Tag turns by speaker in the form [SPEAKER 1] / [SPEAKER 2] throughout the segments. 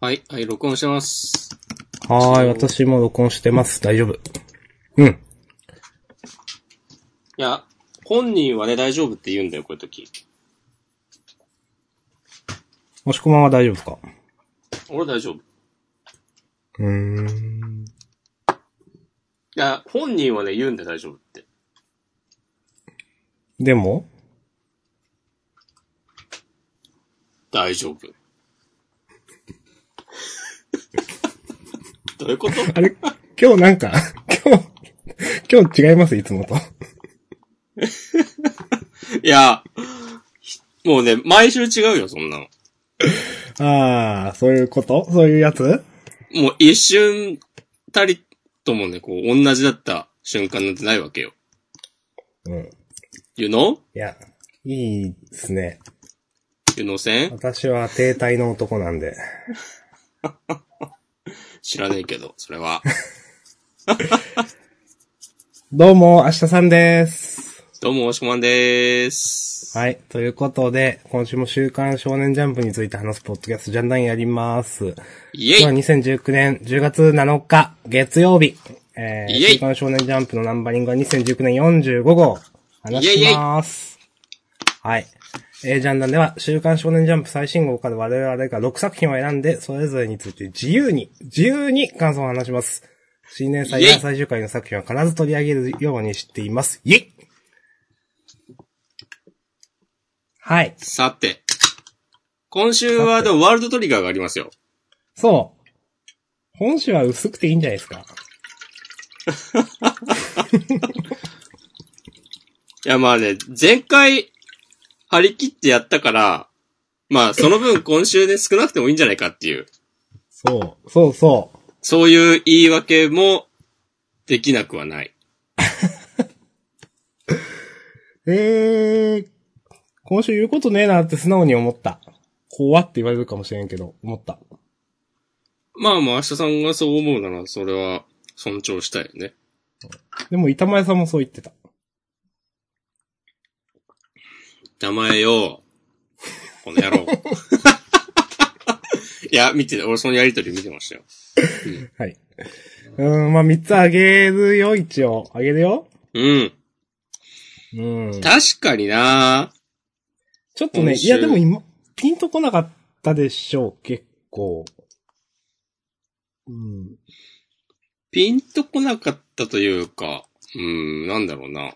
[SPEAKER 1] はい、はい、録音してます。
[SPEAKER 2] はーい、私も録音してます。大丈夫。うん。
[SPEAKER 1] いや、本人はね、大丈夫って言うんだよ、こういう時。
[SPEAKER 2] もしこまんは大丈夫か
[SPEAKER 1] 俺大丈夫。いう
[SPEAKER 2] ーん。
[SPEAKER 1] や、本人はね、言うんで大丈夫って。
[SPEAKER 2] でも
[SPEAKER 1] 大丈夫。 どういうこと
[SPEAKER 2] あれ、今日なんか、 今日、今日違いますいつもと。
[SPEAKER 1] いや、ひもうね、毎週違うよ、そんなの。
[SPEAKER 2] あー、そういうことそういうやつ
[SPEAKER 1] もう一瞬たりともね、こう、同じだった瞬間なんてないわけよ。
[SPEAKER 2] うん。い
[SPEAKER 1] You know?
[SPEAKER 2] や、いいですね。
[SPEAKER 1] You know 戦
[SPEAKER 2] 私は停滞の男なんで。
[SPEAKER 1] 知らねえけど、それ は。
[SPEAKER 2] どうも、明日さんです。
[SPEAKER 1] どうも、おしこまんでーす。
[SPEAKER 2] はい。ということで、今週も週刊少年ジャンプについて話すポッドキャストジャンダンやります。
[SPEAKER 1] イ
[SPEAKER 2] 今
[SPEAKER 1] ェイ
[SPEAKER 2] 2019年10月7日、月曜日。えー、
[SPEAKER 1] イエイ
[SPEAKER 2] 週刊少年ジャンプのナンバリングは2019年45号。話します。はい。えー、ジャンダンでは、週刊少年ジャンプ最新号から我々が6作品を選んで、それぞれについて自由に、自由に感想を話します。新年祭
[SPEAKER 1] イエ
[SPEAKER 2] や
[SPEAKER 1] イ
[SPEAKER 2] 最終回の作品は必ず取り上げるようにしています。イェイはい。
[SPEAKER 1] さて。今週は、でも、ワールドトリガーがありますよ。
[SPEAKER 2] そう。本誌は薄くていいんじゃないですか。
[SPEAKER 1] いや、まあね、前回、張り切ってやったから、まあ、その分今週で少なくてもいいんじゃないかっていう、
[SPEAKER 2] そう。そうそう。
[SPEAKER 1] そういう言い訳もできなくはない。
[SPEAKER 2] えー、今週言うことねえなって素直に思った。怖って言われるかもしれんけど、思った。
[SPEAKER 1] まあまあ、明日さんがそう思うなら、それは尊重したいよね。
[SPEAKER 2] でも板前さんもそう言ってた。
[SPEAKER 1] 名前よ。この野郎。いや、見てた。俺そのやりとり見てましたよ。
[SPEAKER 2] はい。うーん、まあ、三つあげるよ、一応。あげるよ。
[SPEAKER 1] うん。
[SPEAKER 2] うん。
[SPEAKER 1] 確かにな
[SPEAKER 2] ちょっとね、
[SPEAKER 1] 今週
[SPEAKER 2] いやでも今、ピンとこなかったでしょう、結構。うん。
[SPEAKER 1] ピンとこなかったというか、うーん、なんだろうな。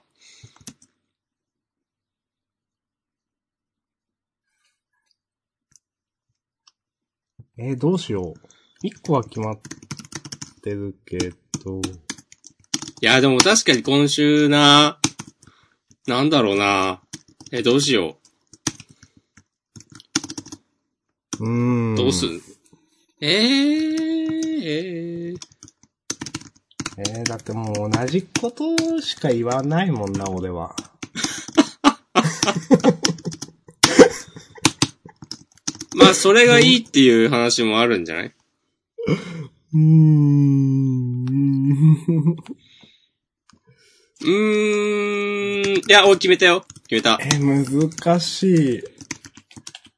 [SPEAKER 2] えーどうしよう。一個は決まってるけど。
[SPEAKER 1] いや、でも確かに今週な、なんだろうな。え、どうしよ
[SPEAKER 2] うーん。
[SPEAKER 1] う。どうする、えー、えー、
[SPEAKER 2] えー、だってもう同じことしか言わないもんな、俺は。
[SPEAKER 1] まあ、それがいいっていう話もあるんじゃないう
[SPEAKER 2] ーん。
[SPEAKER 1] うーん、いや、俺決めたよ。決めた。
[SPEAKER 2] え、難し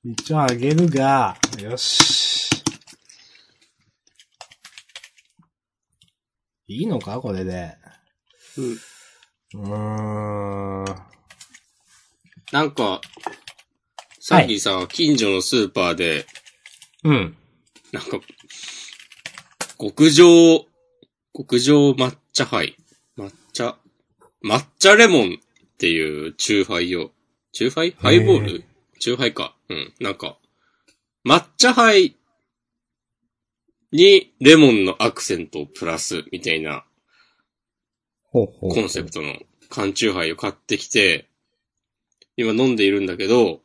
[SPEAKER 2] い。一応あげるが、よし。いいのかこれで。
[SPEAKER 1] うん
[SPEAKER 2] うーん。
[SPEAKER 1] なんか、さっきさ、近所のスーパーで、
[SPEAKER 2] うん。
[SPEAKER 1] なんか、極上、極上抹茶杯。抹茶、抹茶レモンっていうチューハイを、チューハイハイボールチューハイか。うん。なんか、抹茶杯にレモンのアクセントをプラスみたいな
[SPEAKER 2] ほうほう。
[SPEAKER 1] コンセプトの缶チューハイを買ってきて、今飲んでいるんだけど、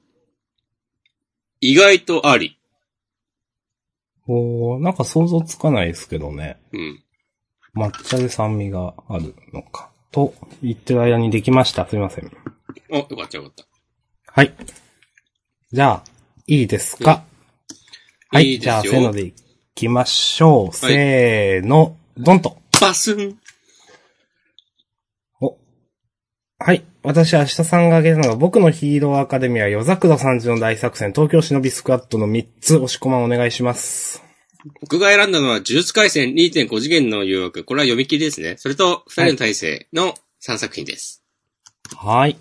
[SPEAKER 1] 意外とあり。
[SPEAKER 2] ほう、なんか想像つかないですけどね。
[SPEAKER 1] うん。
[SPEAKER 2] 抹茶で酸味があるのか。と、言ってる間にできました。すいません。
[SPEAKER 1] あ、よかったよかった。
[SPEAKER 2] はい。じゃあ、いいですか、
[SPEAKER 1] うん
[SPEAKER 2] はい
[SPEAKER 1] いいです
[SPEAKER 2] じ
[SPEAKER 1] よ
[SPEAKER 2] ゃあ、せーのでいきましょう。せーの、ドンと。
[SPEAKER 1] バスン
[SPEAKER 2] お。はい。私、明日さんが挙げたのが、僕のヒーローアカデミア、夜桜三時の大作戦、東京忍びスクワットの3つ、押し込まんお願いします。
[SPEAKER 1] 僕が選んだのは、呪術回戦2.5次元の誘惑。これは読み切りですね。それと、二人の体制の3作品です。
[SPEAKER 2] はい。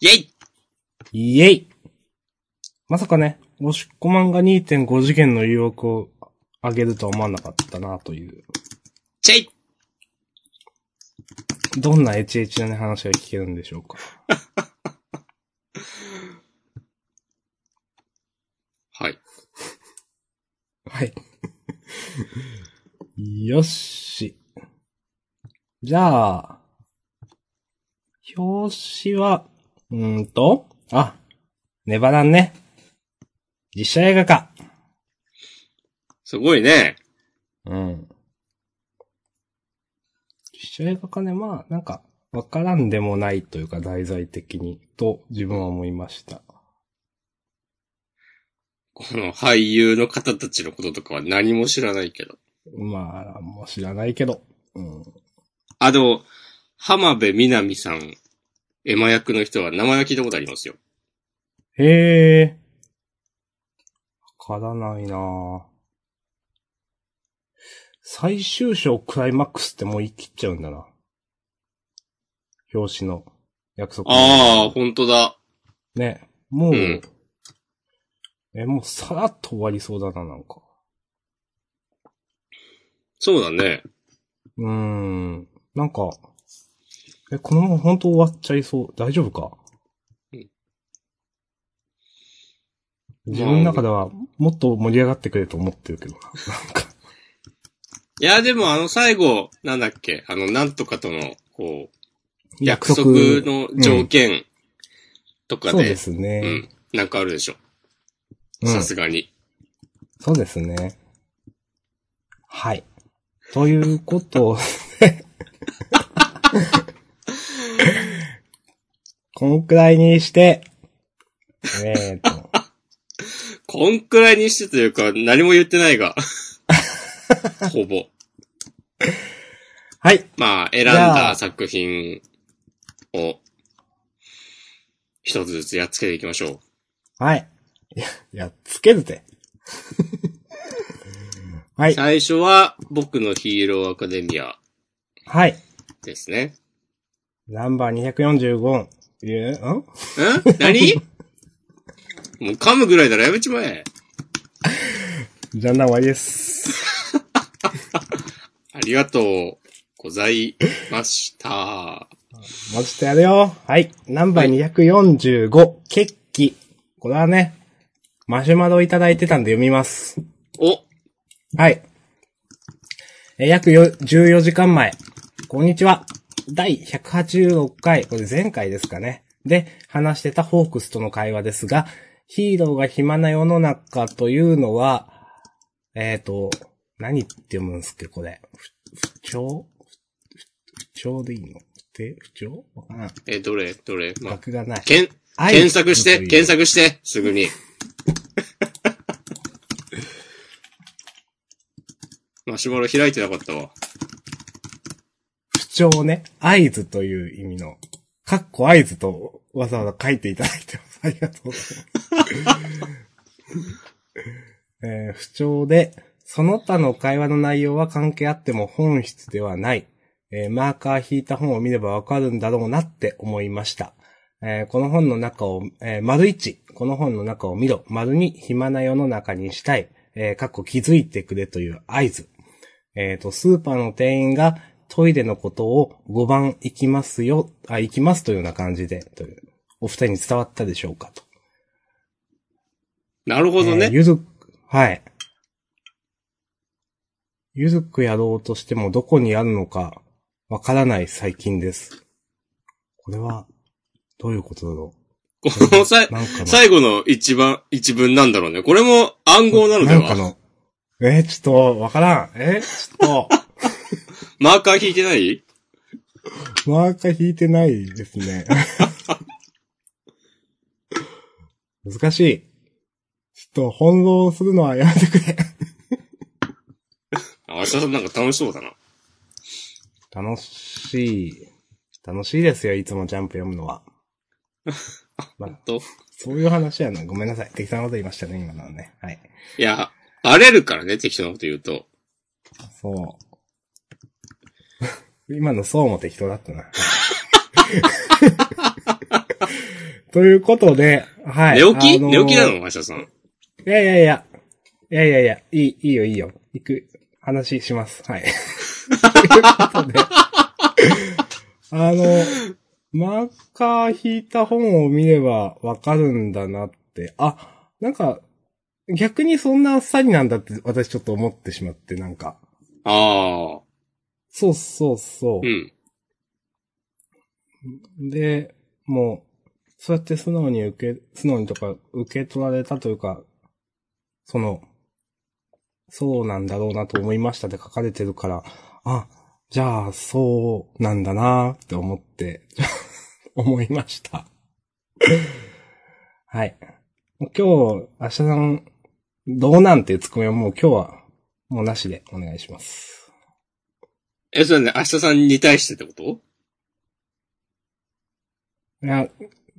[SPEAKER 1] イェイ
[SPEAKER 2] イエイまさかね、もしっこ漫画2.5次元の誘惑を上げるとは思わなかったなという。
[SPEAKER 1] チェイ
[SPEAKER 2] どんな HH なね話が聞けるんでしょうか。
[SPEAKER 1] はい。
[SPEAKER 2] はい。 よっし。じゃあ、表紙は、うーんと、あ、ネバランね。実写映画化。
[SPEAKER 1] すごいね。
[SPEAKER 2] うん。実写映画化ね、まあ、なんか、わからんでもないというか、題材的に、と自分は思いました。
[SPEAKER 1] この俳優の方たちのこととかは何も知らないけど。
[SPEAKER 2] まあ、もう知らないけど。うん。
[SPEAKER 1] あ、でも、浜辺美波さん、エマ役の人は名前は聞いたことありますよ。
[SPEAKER 2] へえ。わからないなぁ最終章クライマックスってもう言い切っちゃうんだな。表紙の約束。
[SPEAKER 1] ああ、本当だ。
[SPEAKER 2] ね。もう、
[SPEAKER 1] うん
[SPEAKER 2] え、もうさらっと終わりそうだな、なんか。
[SPEAKER 1] そうだね。
[SPEAKER 2] うーん。なんか、え、このまま本当終わっちゃいそう。大丈夫か
[SPEAKER 1] うん
[SPEAKER 2] 自分の中では、もっと盛り上がってくれと思ってるけど な。なんか。
[SPEAKER 1] いや、でもあの最後、なんだっけ、あの、なんとかとの、こう、約
[SPEAKER 2] 約
[SPEAKER 1] 束
[SPEAKER 2] 束
[SPEAKER 1] の条件とか
[SPEAKER 2] そうで
[SPEAKER 1] で、
[SPEAKER 2] す
[SPEAKER 1] う
[SPEAKER 2] ね。
[SPEAKER 1] ん、なんかあるでしょ。
[SPEAKER 2] うん
[SPEAKER 1] さすがに。
[SPEAKER 2] そうですね。はい。ということで、 こんくらいにして、えーと、
[SPEAKER 1] こんくらいにしてというか、何も言ってない が。ほぼ。
[SPEAKER 2] はい。
[SPEAKER 1] まあ、選ん
[SPEAKER 2] じゃ
[SPEAKER 1] だ
[SPEAKER 2] あ
[SPEAKER 1] 作品を、一つずつやっつけていきましょう。
[SPEAKER 2] はい。いや、やっつけるぜ。はい。
[SPEAKER 1] 最初は、僕のヒーローアカデミア
[SPEAKER 2] はい。
[SPEAKER 1] ですね。
[SPEAKER 2] ナンバー245。えーん
[SPEAKER 1] ん何もう噛むぐらいならやめちまえ。
[SPEAKER 2] じゃあな、終わりです。
[SPEAKER 1] ありがとうございました。
[SPEAKER 2] もうちょっとやるよ。はい。ナンバー245、ケッキ。これはね、マシュマロいただいてたんで読みます。
[SPEAKER 1] お、
[SPEAKER 2] はい。えー約よ14時間前。こんにちは。第186回、これ前回ですかね。で、話してたホークスとの会話ですが、ヒーローが暇な世の中というのは、えっ、と、何って読むんですっけど、これ。ふ不調不不調でいいので不調わからん。
[SPEAKER 1] え、どれどれまあ、
[SPEAKER 2] 額がない。
[SPEAKER 1] けん、
[SPEAKER 2] 愛
[SPEAKER 1] 検索して、
[SPEAKER 2] という
[SPEAKER 1] 検索して、すぐに。 マシュマロ開いてなかったわ。
[SPEAKER 2] 不調ね、合図という意味の、かっこ合図とわざわざ書いていただいてます。ありがとうございます。えー不調で、その他の会話の内容は関係あっても本質ではない。えーマーカー引いた本を見ればわかるんだろうなって思いました。えーこの本の中を、えー丸1、この本の中を見ろ。丸2、暇な世の中にしたい。えーかっこ気づいてくれという合図。えっ、と、スーパーの店員がトイレのことを5番行きますよ、あ、行きますというような感じで、という、お二人に伝わったでしょうかと。
[SPEAKER 1] なるほど
[SPEAKER 2] えー
[SPEAKER 1] ね。
[SPEAKER 2] ゆず、はい。ゆずくやろうとしてもどこにあるのかわからない最近です。これは、どういうことだろ
[SPEAKER 1] このさ
[SPEAKER 2] うなんかの。
[SPEAKER 1] 最後の一番、一文なんだろうね。これも暗号なので
[SPEAKER 2] なんか
[SPEAKER 1] は
[SPEAKER 2] の。えーちょっと、わからん。えーちょっと。
[SPEAKER 1] マーカー引いてない
[SPEAKER 2] マーカー引いてないですね。難しい。ちょっと、翻弄するのはやめてくれ。
[SPEAKER 1] あ、明日さんなんか楽しそうだな。
[SPEAKER 2] 楽しい。楽しいですよ、いつもジャンプ読むの は。まあ、
[SPEAKER 1] と
[SPEAKER 2] そういう話やな。ごめんなさい。適当なこと言いましたね、今のはね。はい。
[SPEAKER 1] いや、荒れるからね、適当なこと言うと。
[SPEAKER 2] そう。今のそうも適当だった な。ということで、はい。
[SPEAKER 1] 寝起き
[SPEAKER 2] あのー
[SPEAKER 1] 寝起きなのマシャさん。
[SPEAKER 2] いやいやいや。いやいやいや、いい、いいよいいよ。行く、話します。はい。ということで。あの、マーカー引いた本を見ればわかるんだなって。あ、なんか、逆にそんなあっさりなんだって私ちょっと思ってしまって、なんか。
[SPEAKER 1] ああ。
[SPEAKER 2] そうそうそうう。
[SPEAKER 1] ん。
[SPEAKER 2] で、もう、そうやって素直に受け、素直にとか受け取られたというか、その、そうなんだろうなと思いましたって書かれてるから、あ、じゃあ、そうなんだなって思って、 思いました。 はい。もう今日、明日さん、どうなんていうツッコミはもう今日は、もうなしでお願いします。
[SPEAKER 1] え、それね、明日さんに対してってこと
[SPEAKER 2] いや、今日、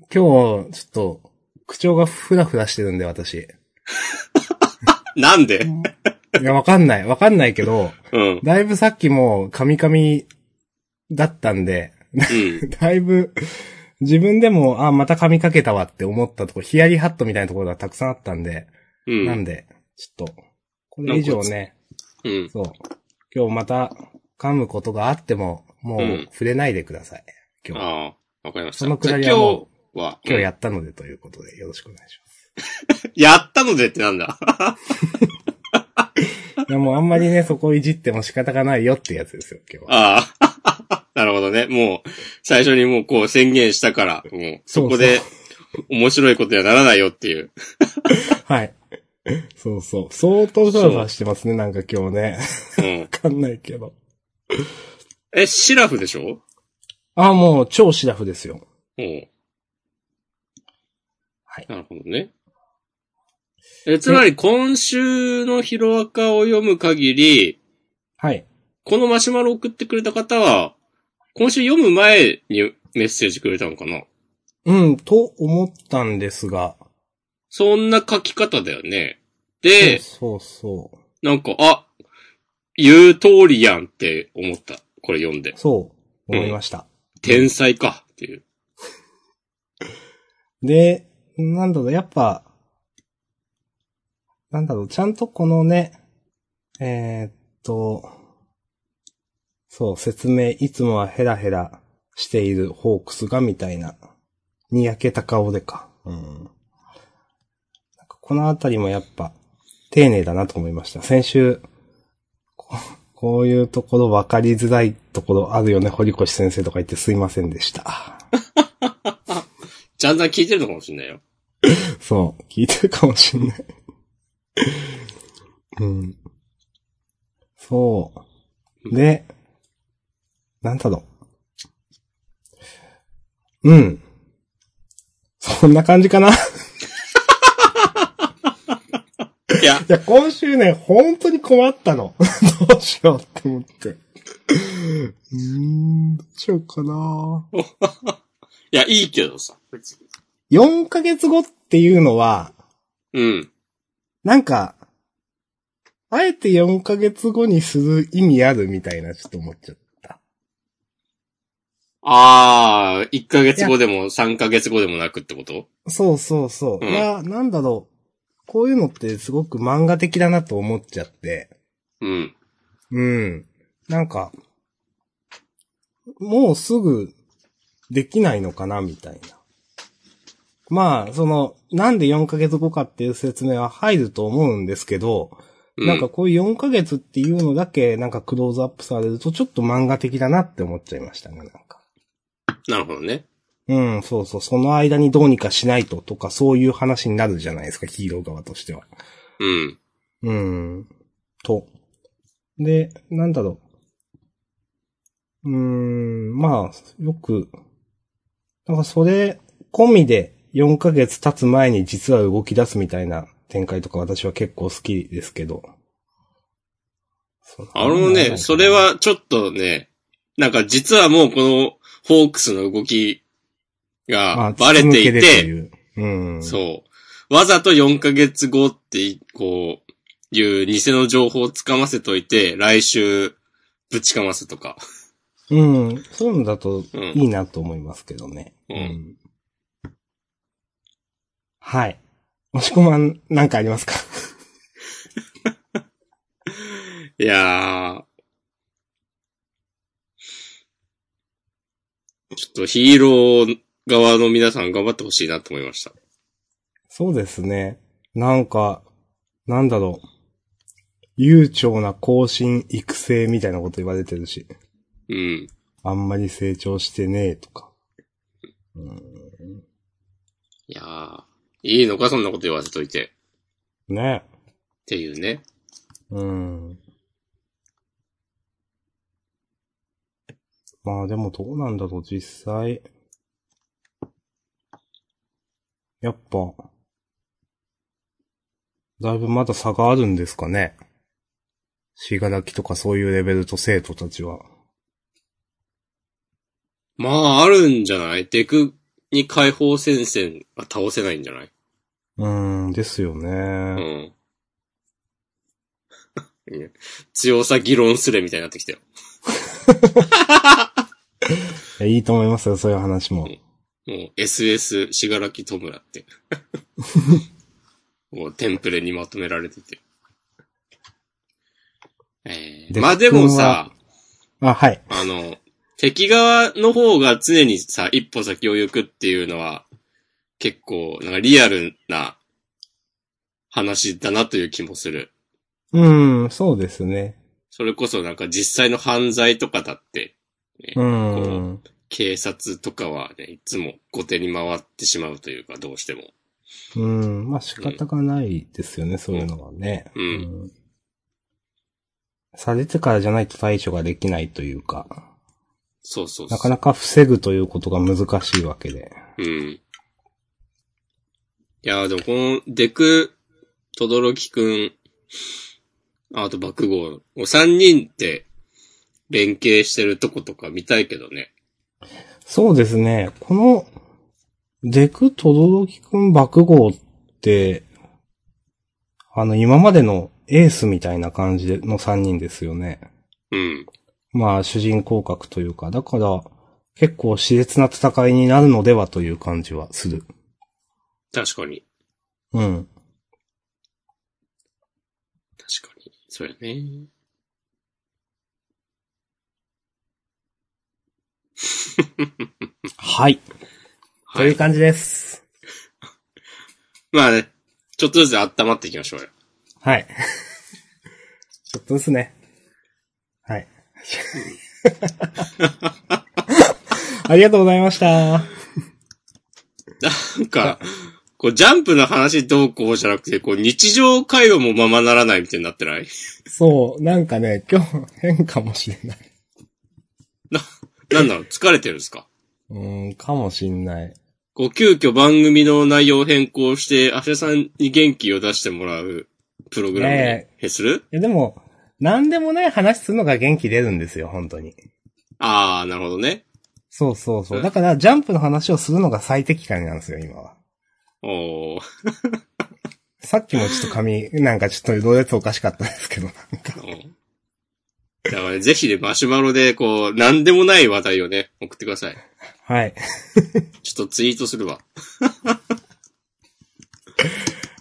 [SPEAKER 2] ちょっと、口調がふらふらしてるんで、私。
[SPEAKER 1] なんで
[SPEAKER 2] いや、わかんない。わかんないけど、
[SPEAKER 1] うん。
[SPEAKER 2] だいぶさっきもう、カミカミだったんで、
[SPEAKER 1] うん。
[SPEAKER 2] だいぶ、自分でも、あ、また髪かけたわって思ったとこ、ヒヤリハットみたいなところがたくさんあったんで、
[SPEAKER 1] うん。
[SPEAKER 2] なんで、ちょっと、これ以上ね、
[SPEAKER 1] うん。
[SPEAKER 2] そう、今日また噛むことがあっても、もう
[SPEAKER 1] うん
[SPEAKER 2] 触れないでください。今日、
[SPEAKER 1] ああ。わかりました。
[SPEAKER 2] そのくだり
[SPEAKER 1] じゃあ
[SPEAKER 2] は
[SPEAKER 1] 今
[SPEAKER 2] も
[SPEAKER 1] 日は、
[SPEAKER 2] 今日やったのでということで、よろしくお願いします。
[SPEAKER 1] やったのでってなんだ。
[SPEAKER 2] いや、もうあんまりね、そこいじっても仕方がないよってやつですよ、今日は。
[SPEAKER 1] ああ。 なるほどね。もう、最初にもうこう宣言したから、もう、そこで、面白いことにはならないよっていう。
[SPEAKER 2] はい。そうそう。相当ザラザラしてますね、なんか今日ね。
[SPEAKER 1] う ん。
[SPEAKER 2] わかんないけど。
[SPEAKER 1] え、シラフでしょ
[SPEAKER 2] あ、もう超シラフですよ。
[SPEAKER 1] うん。
[SPEAKER 2] はい
[SPEAKER 1] なるほどね。え、つまり今週のヒロアカを読む限り、
[SPEAKER 2] はい。
[SPEAKER 1] このマシュマロを送ってくれた方は、今週読む前にメッセージくれたのかな
[SPEAKER 2] うん、と思ったんですが。
[SPEAKER 1] そんな書き方だよね。で、
[SPEAKER 2] そうそうそう。
[SPEAKER 1] なんか、あ、言う通りやんって思った。これ読んで。
[SPEAKER 2] そう、思いました。
[SPEAKER 1] 天才かっていう。
[SPEAKER 2] で、なんだろう、やっぱ、なんだろう、ちゃんとこのね、えーっと、そう、説明、いつもはヘラヘラしているホークスがみたいな、にやけた顔でか。うん。なんかこのあたりもやっぱ、丁寧だなと思いました。先週、ここういうところ分かりづらいところあるよね、堀越先生とか言ってすいませんでした。
[SPEAKER 1] ちゃんと聞いてるのかもしれない よ。
[SPEAKER 2] そう、聞いてるかもしんない。うん。そう。で、なんだろう。うん。そんな感じか な。い
[SPEAKER 1] いや、
[SPEAKER 2] や、今週ね、本当に困った の。どうしようって思って。うーん、どうしようかな。
[SPEAKER 1] いや、いいけどさ。別に
[SPEAKER 2] 4ヶ月後っていうのは、
[SPEAKER 1] うん。
[SPEAKER 2] なんか、あえて4ヶ月後にする意味あるみたいな、ちょっと思っちゃった。
[SPEAKER 1] あー、1ヶ月後でも3ヶ月後でもなくってこと
[SPEAKER 2] そうそうそう。
[SPEAKER 1] うん
[SPEAKER 2] な、なんだろう。こういうのってすごく漫画的だなと思っちゃって。
[SPEAKER 1] うん。
[SPEAKER 2] うん。なんか、もうすぐできないのかな、みたいな。まあ、その、なんで4ヶ月後かっていう説明は入ると思うんですけど、
[SPEAKER 1] う
[SPEAKER 2] なんか、こういう4ヶ月っていうのだけなんかクローズアップされるとちょっと漫画的だなって思っちゃいましたね、なんか。
[SPEAKER 1] なるほどね。
[SPEAKER 2] うん、そうそう、その間にどうにかしないととかそういう話になるじゃないですか、ヒーロー側としては。
[SPEAKER 1] うん。
[SPEAKER 2] うん。と。で、なんだろう。うーん、まあ、よく、なんかそれ込みで4ヶ月経つ前に実は動き出すみたいな展開とか私は結構好きですけど。そう
[SPEAKER 1] あのね、それ。はちょっとね、なんか実はもうこのホークスの動き
[SPEAKER 2] ま
[SPEAKER 1] が
[SPEAKER 2] あ
[SPEAKER 1] バレてい
[SPEAKER 2] 突き抜けると
[SPEAKER 1] て、
[SPEAKER 2] いううん。
[SPEAKER 1] そう。わざと4ヶ月後って、こう、いう偽の情報をつかませといて、来週、ぶちかますとか。
[SPEAKER 2] うん。そういうのだと
[SPEAKER 1] うん
[SPEAKER 2] いいなと思いますけどね。
[SPEAKER 1] うん
[SPEAKER 2] うんはい。もしこまん、なんかありますか
[SPEAKER 1] いやー。ちょっとヒーロー側の皆さん頑張ってほしいなと思いました。
[SPEAKER 2] そうですね。なんか、なんだろう。悠長な更新育成みたいなこと言われてるし。
[SPEAKER 1] うん。
[SPEAKER 2] あんまり成長してねえとか。
[SPEAKER 1] いやー。いいのか、そんなこと言わせといて。っ
[SPEAKER 2] ね
[SPEAKER 1] ていうね。
[SPEAKER 2] うん。まあでもどうなんだろう、実際。やっぱ、だいぶまだ差があるんですかね。しがらきとかそういうレベルと生徒たちは。
[SPEAKER 1] まあ、あるんじゃないデクに解放戦線は倒せないんじゃないう
[SPEAKER 2] ーん、ですよね。
[SPEAKER 1] うん。いや強さ議論すれみたいになってきたよ。
[SPEAKER 2] いやいいと思いますよ、そういう話も。
[SPEAKER 1] もう SS、しがらきとむら って。もうテンプレにまとめられてて。えー
[SPEAKER 2] デク君は
[SPEAKER 1] まあでもさ、
[SPEAKER 2] あ、はい。
[SPEAKER 1] あの、敵側の方が常にさ、一歩先を行くっていうのは、結構、なんかリアルな話だなという気もする。
[SPEAKER 2] うん、そうですね。
[SPEAKER 1] それこそなんか実際の犯罪とかだって、
[SPEAKER 2] うん。
[SPEAKER 1] 警察とかはね、いつも後手に回ってしまうというか、どうしても。
[SPEAKER 2] うん。まあ仕方がないですよね、そういうのはね、
[SPEAKER 1] うん
[SPEAKER 2] んされてからじゃないと対処ができないというか、
[SPEAKER 1] そうそうそう。
[SPEAKER 2] なかなか防ぐということが難しいわけで。
[SPEAKER 1] うん。いやーでもこの、デク、とどろきくん、あとバクゴー、3人って連携してるとことか見たいけどね。
[SPEAKER 2] そうですね。この、デク・トドロキくん爆豪って、あの、今までのエースみたいな感じでの3人ですよね。
[SPEAKER 1] うん。
[SPEAKER 2] まあ、主人公格というか、だから、結構熾烈な戦いになるのではという感じはする。
[SPEAKER 1] 確かに。
[SPEAKER 2] うん。
[SPEAKER 1] 確かに。そうやね。
[SPEAKER 2] はい。と
[SPEAKER 1] は
[SPEAKER 2] いう
[SPEAKER 1] い。
[SPEAKER 2] 感じです。
[SPEAKER 1] まあね、ちょっとずつ温まっていきましょうよ。
[SPEAKER 2] はい。ちょっとですね。 はい。ありがとうございました。
[SPEAKER 1] なんか、こう、ジャンプの話どうこうじゃなくて、こう、日常会話もままならないみたいになってない
[SPEAKER 2] そう、なんかね、今日変かもしれない。
[SPEAKER 1] な、なんだろう、疲れてるんですか
[SPEAKER 2] うーん、かもしんない。
[SPEAKER 1] こう、急遽番組の内容を変更して、アシェさんに元気を出してもらうプログラムに、
[SPEAKER 2] ね
[SPEAKER 1] へする
[SPEAKER 2] いや、でも、なんでもない話するのが元気出るんですよ、本当に。
[SPEAKER 1] あー、なるほどね。
[SPEAKER 2] そうそうそうう。
[SPEAKER 1] ん
[SPEAKER 2] だから、ジャンプの話をするのが最適解なんですよ、今は。
[SPEAKER 1] おー。
[SPEAKER 2] さっきもちょっと髪、なんかちょっと同列おかしかったですけど、なんか。
[SPEAKER 1] うんだからね、ぜひね、マシュマロで、こう、なんでもない話題をね、送ってください。
[SPEAKER 2] はい。
[SPEAKER 1] ちょっとツイートするわ。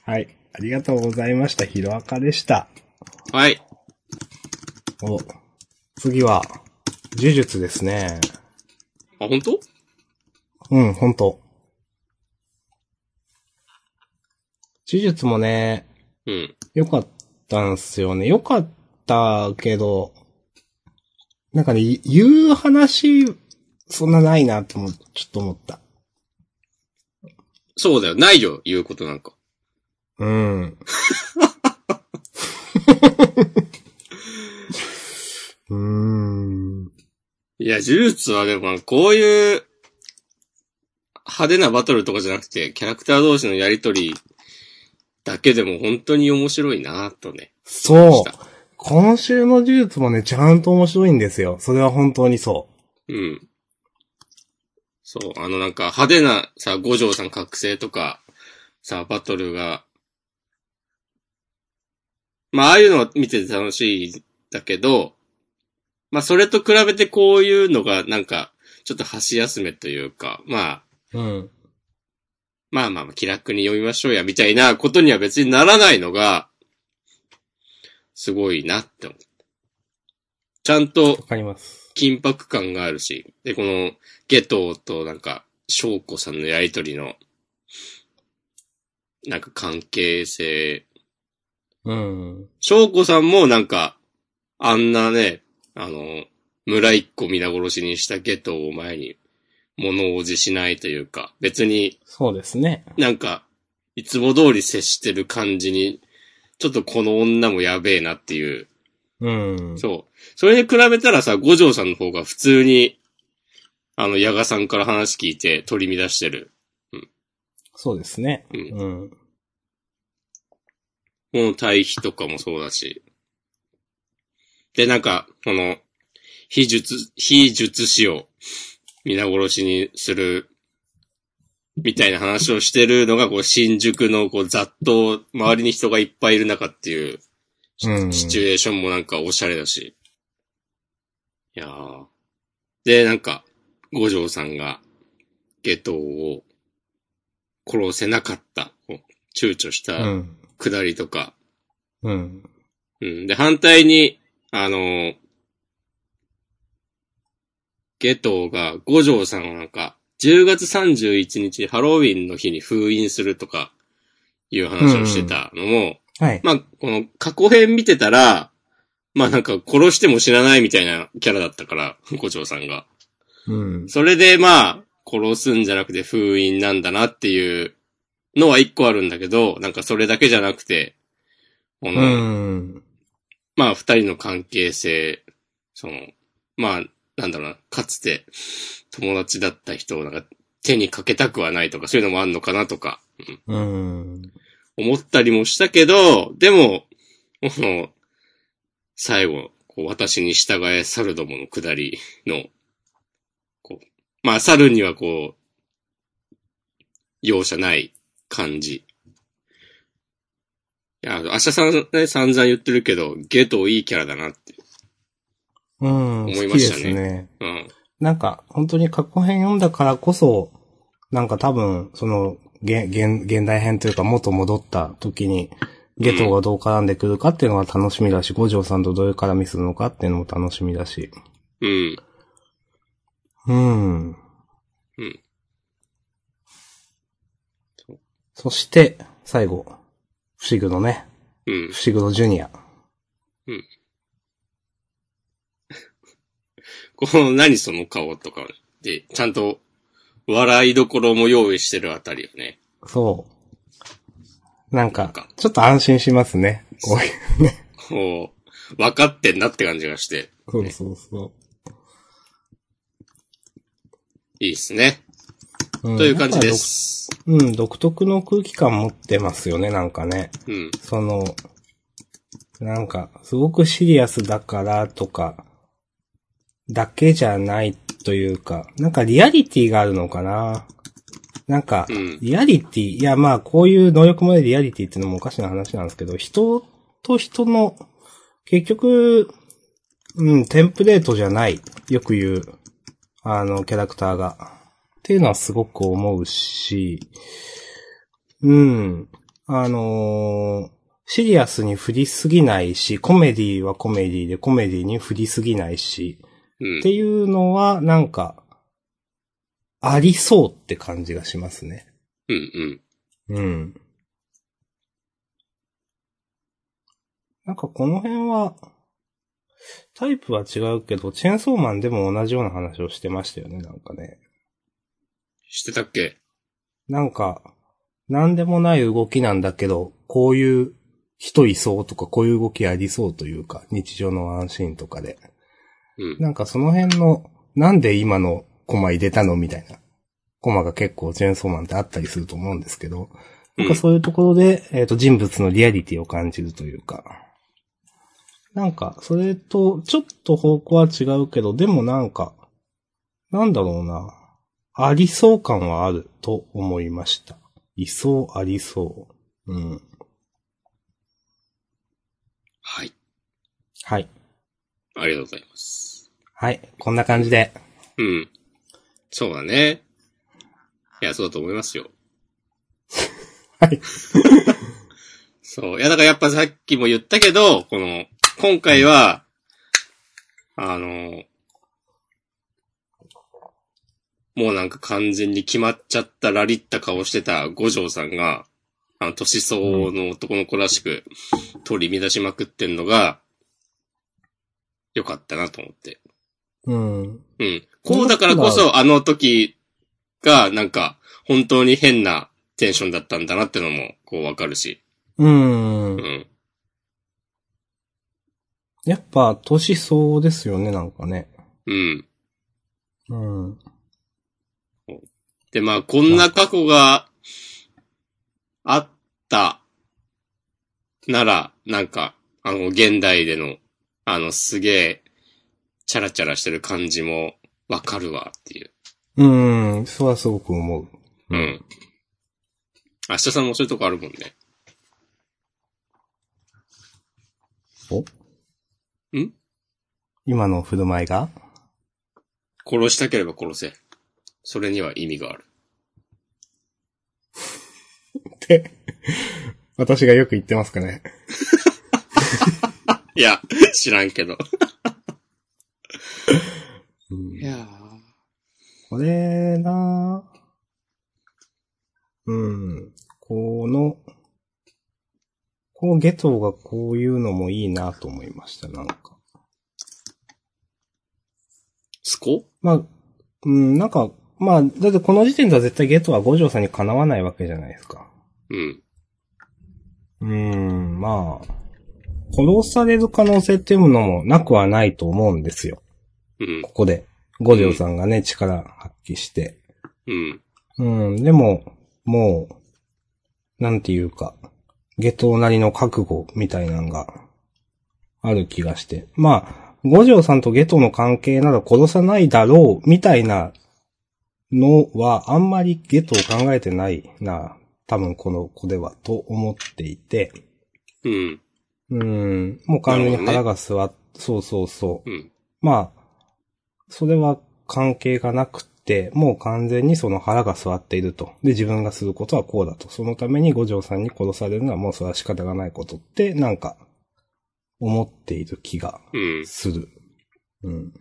[SPEAKER 2] はい。ありがとうございました。ヒロアカでした。
[SPEAKER 1] はい。
[SPEAKER 2] お。次は、呪術ですね。
[SPEAKER 1] あ、本当
[SPEAKER 2] うん、ほんと。呪術もね、
[SPEAKER 1] うん。
[SPEAKER 2] 良かったんすよね。良かったけど、なんかね、い言う話、そんなないなっても、ちょっと思った。
[SPEAKER 1] そうだよ。ないよ、言うことなんか。
[SPEAKER 2] うん。 うーん。
[SPEAKER 1] いや、呪術はでも、こういう、派手なバトルとかじゃなくて、キャラクター同士のやりとりだけでも本当に面白いなとね。
[SPEAKER 2] そう。今週の呪術もね、ちゃんと面白いんですよ。それは本当にそ
[SPEAKER 1] うん。そう、あのなんか派手なさ、五条さん覚醒とか、さ、バトルが、まあ、ああいうのは見てて楽しいんだけど、まあ、それと比べてこういうのが、なんか、ちょっと箸休めというか、まあ、
[SPEAKER 2] うん。
[SPEAKER 1] まあまあまあ気楽に読みましょうや、みたいなことには別にならないのが、すごいなって思った。ちゃんと
[SPEAKER 2] わかります。
[SPEAKER 1] 緊迫感があるし、で、この、ゲトウとなんか、翔子さんのやりとりの、なんか関係性。
[SPEAKER 2] うん。
[SPEAKER 1] 翔子さんもなんか、あんなね、あの、村一個皆殺しにしたゲトウを前に、物おじしないというか、別に
[SPEAKER 2] そうですね。
[SPEAKER 1] なんか、いつも通り接してる感じに、ちょっとこの女もやべえなっていう。
[SPEAKER 2] うん。
[SPEAKER 1] そう。それに比べたらさ、五条さんの方が普通に、あの、矢賀さんから話聞いて取り乱してる。
[SPEAKER 2] そうですね。
[SPEAKER 1] う
[SPEAKER 2] うん。
[SPEAKER 1] この対比とかもそうだし。で、なんか、この、非術、非術師を皆殺しにする、みたいな話をしてるのが、こう、新宿の、こう、雑踏、周りに人がいっぱいいる中っていう、
[SPEAKER 2] うん
[SPEAKER 1] シチュエーションもなんかおしゃれだし。いやー。で、なんか、五条さんが、下等を殺せなかった、こう躊躇し
[SPEAKER 2] う
[SPEAKER 1] た
[SPEAKER 2] ん。
[SPEAKER 1] くだりとか、
[SPEAKER 2] うん。
[SPEAKER 1] うん。で、反対に、あの、ゲトウが、五条さんをなんか、10月31日、ハロウィンの日に封印するとか、いう話をしてたのも、
[SPEAKER 2] はい。
[SPEAKER 1] まあ、この過去編見てたら、まあなんか殺しても死なないみたいなキャラだったから、五条さんが。
[SPEAKER 2] うん。
[SPEAKER 1] それでまあ、殺すんじゃなくて封印なんだなっていうのは一個あるんだけど、なんかそれだけじゃなくて、こ
[SPEAKER 2] う
[SPEAKER 1] の、
[SPEAKER 2] ん。
[SPEAKER 1] まあ、二人の関係性、その、まあ、なんだろうな、かつて友達だった人をなんか手にかけたくはないとか、そういうのもあんのかなとか、
[SPEAKER 2] うん。
[SPEAKER 1] 思ったりもしたけど、でも、この、最後、こう私に従え猿どもの下りの、こう、まあ、猿にはこう、容赦ない感じ。いや、明日さんね、散々言ってるけど、ゲトいいキャラだなって。
[SPEAKER 2] うん。
[SPEAKER 1] 思
[SPEAKER 2] 好
[SPEAKER 1] いま
[SPEAKER 2] きで
[SPEAKER 1] したね
[SPEAKER 2] すね。
[SPEAKER 1] うん。
[SPEAKER 2] なんか、本当に過去編読んだからこそ、なんか多分、その、現、現、現代編というか、元戻った時に、ゲトがどう絡んでくるかっていうのが楽しみだし、五条さんとどういう絡みするのかっていうのも楽しみだし。
[SPEAKER 1] うん。
[SPEAKER 2] うん。
[SPEAKER 1] うん。
[SPEAKER 2] そして、最後、不思議のね、
[SPEAKER 1] うん。
[SPEAKER 2] 不思議のジュニア。
[SPEAKER 1] この何その顔とかで、ちゃんと笑いどころも用意してるあたりよね。
[SPEAKER 2] そう。なん
[SPEAKER 1] なん
[SPEAKER 2] か
[SPEAKER 1] か、
[SPEAKER 2] ちょっと安心しますね。こういう
[SPEAKER 1] こう、分かってんなって感じがして、
[SPEAKER 2] そう そうそ
[SPEAKER 1] いいですね。
[SPEAKER 2] う。
[SPEAKER 1] という感じで。す。
[SPEAKER 2] うん、独特の空気感持ってますよね、なんかね。
[SPEAKER 1] うん。
[SPEAKER 2] その、なんか、すごくシリアスだからとか、だけじゃないというか、なんかリアリティがあるのかななんか
[SPEAKER 1] うん、
[SPEAKER 2] リアリティ、いやまあこういう能力もねリアリティっていうのもおかしな話なんですけど、人と人の、結局、うん、テンプレートじゃない、よく言う、あの、キャラクターが。っていうのはすごく思うし、うん。あのーシリアスに振りすぎないし、コメディはコメディでコメディに振りすぎないし、
[SPEAKER 1] うん
[SPEAKER 2] って。いうのはなんか、ありそうって感じがしますね。
[SPEAKER 1] うん。うん。
[SPEAKER 2] うん。なんかこの辺は、タイプは違うけど、チェーンソーマンでも同じような話をしてましたよね、なんかね。
[SPEAKER 1] してたっけ
[SPEAKER 2] なんか、なんでもない動きなんだけど、こういう人いそうとか、こういう動きありそうというか、日常のワンシーンとかで。
[SPEAKER 1] うん。
[SPEAKER 2] なんかその辺の、なんで今のコマ入れたのみたいな。コマが結構チェーンソーマンってあったりすると思うんですけど、なんかそういうところで、えっ、と、人物のリアリティを感じるというか。なんか、それと、ちょっと方向は違うけど、でもなんか、なんだろうな。ありそう感はあると思いました。いそう、ありそう。うん。はい。
[SPEAKER 1] ありがとうございます。
[SPEAKER 2] はい。こんな感じで。
[SPEAKER 1] うん。そうだね。いや、そうだと思いますよ。
[SPEAKER 2] はい。
[SPEAKER 1] そう。いや、だからやっぱさっきも言ったけど、この、今回は、あの、もうなんか完全に決まっちゃったラリった顔してた五条さんが、あの、年相応の男の子らしく取り乱しまくってんのが、よかったなと思って。
[SPEAKER 2] うん。
[SPEAKER 1] うん。こうだからこそ、あの時が、なんか、本当に変なテンションだったんだなってのも、こうわかるし。
[SPEAKER 2] う。
[SPEAKER 1] うんん。
[SPEAKER 2] やっぱ、年相応ですよね、なんかね。
[SPEAKER 1] うん。
[SPEAKER 2] うん。
[SPEAKER 1] で、まあ、こんな過去があったなら、なんか、あの、現代での、あの、すげえ、チャラチャラしてる感じもわかるわっていう。
[SPEAKER 2] うん、そうはすごく思う。
[SPEAKER 1] うん。明日さんもそういうとこあるもんね。
[SPEAKER 2] お
[SPEAKER 1] ん
[SPEAKER 2] 今の振る舞いが
[SPEAKER 1] 殺したければ殺せ。それには意味がある。
[SPEAKER 2] って、私がよく言ってますかね。
[SPEAKER 1] いや、知らんけど。
[SPEAKER 2] うん
[SPEAKER 1] や
[SPEAKER 2] これなうん。この、こう、ゲトがこういうのもいいなと思いました、なんか。
[SPEAKER 1] スコ
[SPEAKER 2] まあ、うん、なんか、まあ、だってこの時点では絶対ゲトは五条さんにかなわないわけじゃないですか。
[SPEAKER 1] うん。
[SPEAKER 2] うん、まあ、殺される可能性っていうのもなくはないと思うんですよ。
[SPEAKER 1] うん。
[SPEAKER 2] ここで。五条さんがね、力発揮して。
[SPEAKER 1] うん。
[SPEAKER 2] うん、でも、もう、なんていうか、下等なりの覚悟みたいなのがある気がして。まあ、五条さんと下等の関係なら殺さないだろうみたいなのは、あんまり下等考えてないな、多分この子ではと思っていて、
[SPEAKER 1] うん。
[SPEAKER 2] うん、もう完全に
[SPEAKER 1] なる
[SPEAKER 2] 腹が座っ、そうそうそう。
[SPEAKER 1] うん。
[SPEAKER 2] まあ、それは関係がなくて、もう完全にその腹が座っていると。で、自分がすることはこうだと。そのために五条さんに殺されるのはもうそれは仕方がないことって、なんか、思っている気が
[SPEAKER 1] うん。
[SPEAKER 2] する。うん。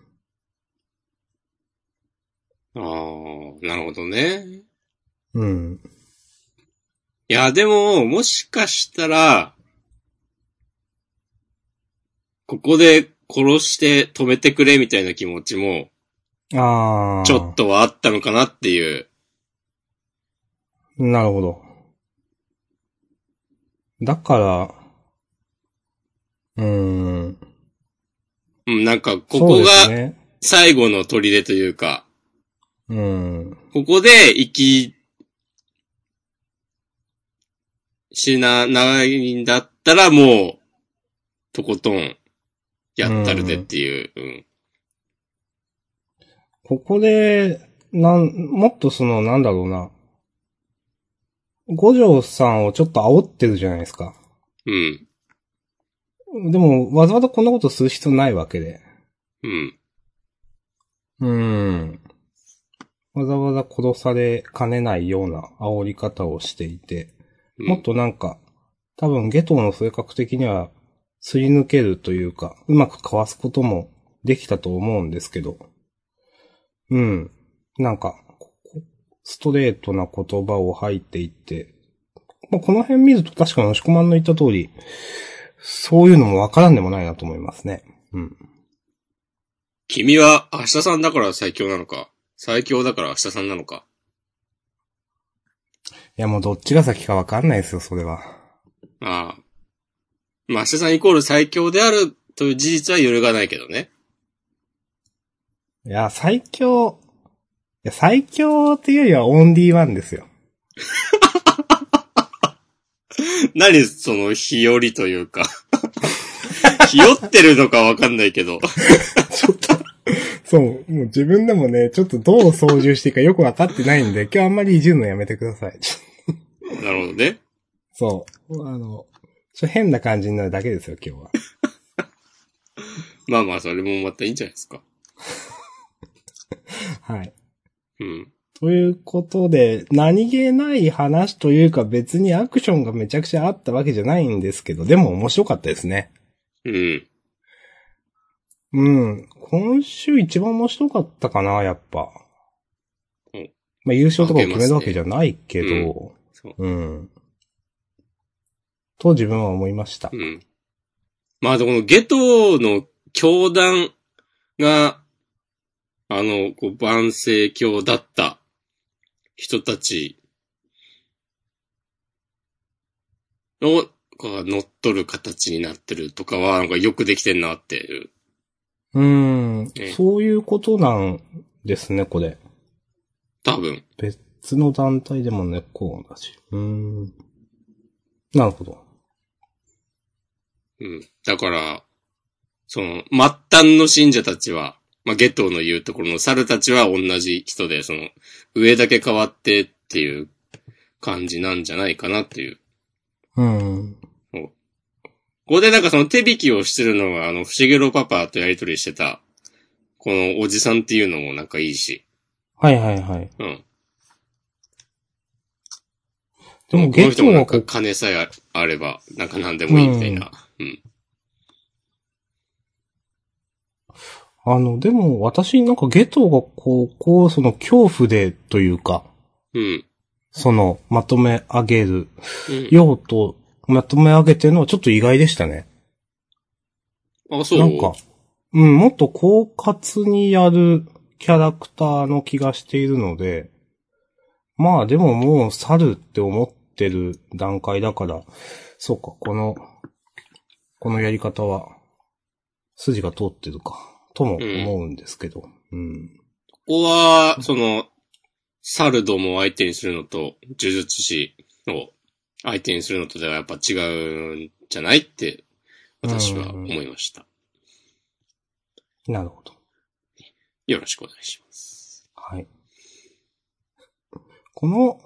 [SPEAKER 1] ああ、なるほどね。
[SPEAKER 2] うん。
[SPEAKER 1] いや、でも、もしかしたら、ここで殺して止めてくれみたいな気持ちも、
[SPEAKER 2] あー。
[SPEAKER 1] ちょっ。とはあったのかなっていう。
[SPEAKER 2] なるほど。だから、うーん。
[SPEAKER 1] うん、なんか、ここ
[SPEAKER 2] そう
[SPEAKER 1] が
[SPEAKER 2] ですね。
[SPEAKER 1] 最後の砦というか、
[SPEAKER 2] うん。
[SPEAKER 1] ここで生き、しな、ないんだったらもう、とことん、やったるでっていう。うん。
[SPEAKER 2] ここで、なん、もっとその、なんだろうな。五条さんをちょっと煽ってるじゃないですか。
[SPEAKER 1] うん。
[SPEAKER 2] でも、わざわざこんなことする必要ないわけで。
[SPEAKER 1] うん。
[SPEAKER 2] うん。わざわざ殺されかねないような煽り方をしていて、
[SPEAKER 1] うん
[SPEAKER 2] もっとなんか、多分ゲトの性格的には、すり抜けるというか、うまくかわすこともできたと思うんですけど、うん。なんか、ここストレートな言葉を吐いていって、まあ、この辺見ると確かに押し込まんの言った通り、そういうのもわからんでもないなと思いますね。うん。
[SPEAKER 1] 君は明日さんだから最強なのか最強だから明日さんなのか
[SPEAKER 2] いやもうどっちが先かわかんないですよ、それは。
[SPEAKER 1] ああ。まあ、明日さんイコール最強であるという事実は揺るがないけどね。
[SPEAKER 2] いや、最強、いや、最強っていうよりはオンリーワンですよ。
[SPEAKER 1] 何その日和というか。 日和ってるのかわかんないけど。
[SPEAKER 2] そう、もう自分でもね、ちょっとどう操縦していいかよくわかってないんで、今日あんまりいじるのやめてください。 ちょ
[SPEAKER 1] なるほどね。
[SPEAKER 2] そう。あの、ちょ変な感じになるだけですよ、今日は。
[SPEAKER 1] まあまあ、それもまたいいんじゃないですか。
[SPEAKER 2] はい。
[SPEAKER 1] うん。
[SPEAKER 2] ということで、何気ない話というか別にアクションがめちゃくちゃあったわけじゃないんですけど、でも面白かったですね。
[SPEAKER 1] うん。
[SPEAKER 2] うん。今週一番面白かったかな、やっぱ
[SPEAKER 1] うん。
[SPEAKER 2] まあ優勝とかを決めるわけじゃないけど、
[SPEAKER 1] ありそう。
[SPEAKER 2] うん。と自分は思いました
[SPEAKER 1] う。ん。まあ、でもこのゲトの教団が、あの、こう、万世教だった人たちを、こう乗っ取る形になってるとかは、なんかよくできてんなっていう。
[SPEAKER 2] うん。
[SPEAKER 1] え
[SPEAKER 2] そういうことなんですね、これ。
[SPEAKER 1] 多分。
[SPEAKER 2] 別の団体でもね、こうだし。うん。なるほど。
[SPEAKER 1] うん。だから、その、末端の信者たちは、まあ、ゲトの言うところの猿たちは同じ人で、その、上だけ変わってっていう感じなんじゃないかなっていう。
[SPEAKER 2] うん。
[SPEAKER 1] ここでなんかその手引きをしてるのが、あの、不思議ろパパとやりとりしてた、このおじさんっていうのもなんかいいし。
[SPEAKER 2] はいはいはい。
[SPEAKER 1] うん。
[SPEAKER 2] でも、
[SPEAKER 1] この
[SPEAKER 2] ゲ
[SPEAKER 1] 人
[SPEAKER 2] ト
[SPEAKER 1] も
[SPEAKER 2] ウ
[SPEAKER 1] なん
[SPEAKER 2] は
[SPEAKER 1] か
[SPEAKER 2] こ、
[SPEAKER 1] 金さえあれば、なんか何でもいいみたいな。うん。
[SPEAKER 2] あの、でも、私なんかゲトウがこう、こう、その恐怖でというか、
[SPEAKER 1] うん。
[SPEAKER 2] その、まとめ上げる
[SPEAKER 1] うん。
[SPEAKER 2] 用途、まとめ上げてるのはちょっと意外でしたね。
[SPEAKER 1] あ、そう。
[SPEAKER 2] なんか、うん、もっと狡猾にやるキャラクターの気がしているので、まあでももう猿って思ってる段階だから、そうか、この、このやり方は、筋が通ってるか、とも思うんですけど、うん。
[SPEAKER 1] ここは、その、サルドも相手にするのと、呪術師を相手にするのとではやっぱ違うんじゃないって、私は思いました。
[SPEAKER 2] なるほど。
[SPEAKER 1] よろしくお願いします。
[SPEAKER 2] はい。この、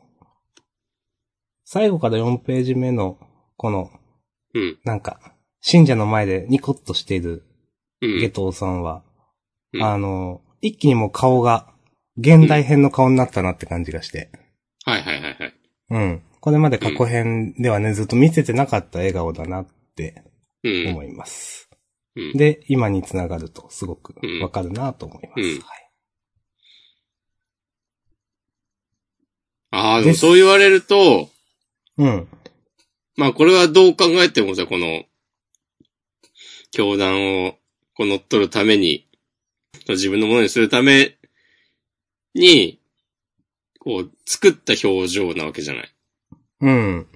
[SPEAKER 2] 最後から4ページ目の、この、
[SPEAKER 1] うん。
[SPEAKER 2] なんか、信者の前でニコッとしている
[SPEAKER 1] う
[SPEAKER 2] ゲ
[SPEAKER 1] ん。
[SPEAKER 2] トウさんは、
[SPEAKER 1] うん
[SPEAKER 2] あの、一気にもう顔が、現代編の顔になったなって感じがして。
[SPEAKER 1] はいはいはいはい。
[SPEAKER 2] うん。これまで過去編ではね、ずっと見せてなかった笑顔だなって
[SPEAKER 1] うん。
[SPEAKER 2] 思います。
[SPEAKER 1] うん、
[SPEAKER 2] で、今につながるとすごく
[SPEAKER 1] うん
[SPEAKER 2] わかるなと思いま
[SPEAKER 1] う
[SPEAKER 2] す。
[SPEAKER 1] ん
[SPEAKER 2] はい。
[SPEAKER 1] ああ、でも
[SPEAKER 2] です
[SPEAKER 1] そう言われると、
[SPEAKER 2] うん。
[SPEAKER 1] まあこれはどう考えてもさ、この、教団をこう乗っ取るために、自分のものにするために、こう、作った表情なわけじゃない。
[SPEAKER 2] うん。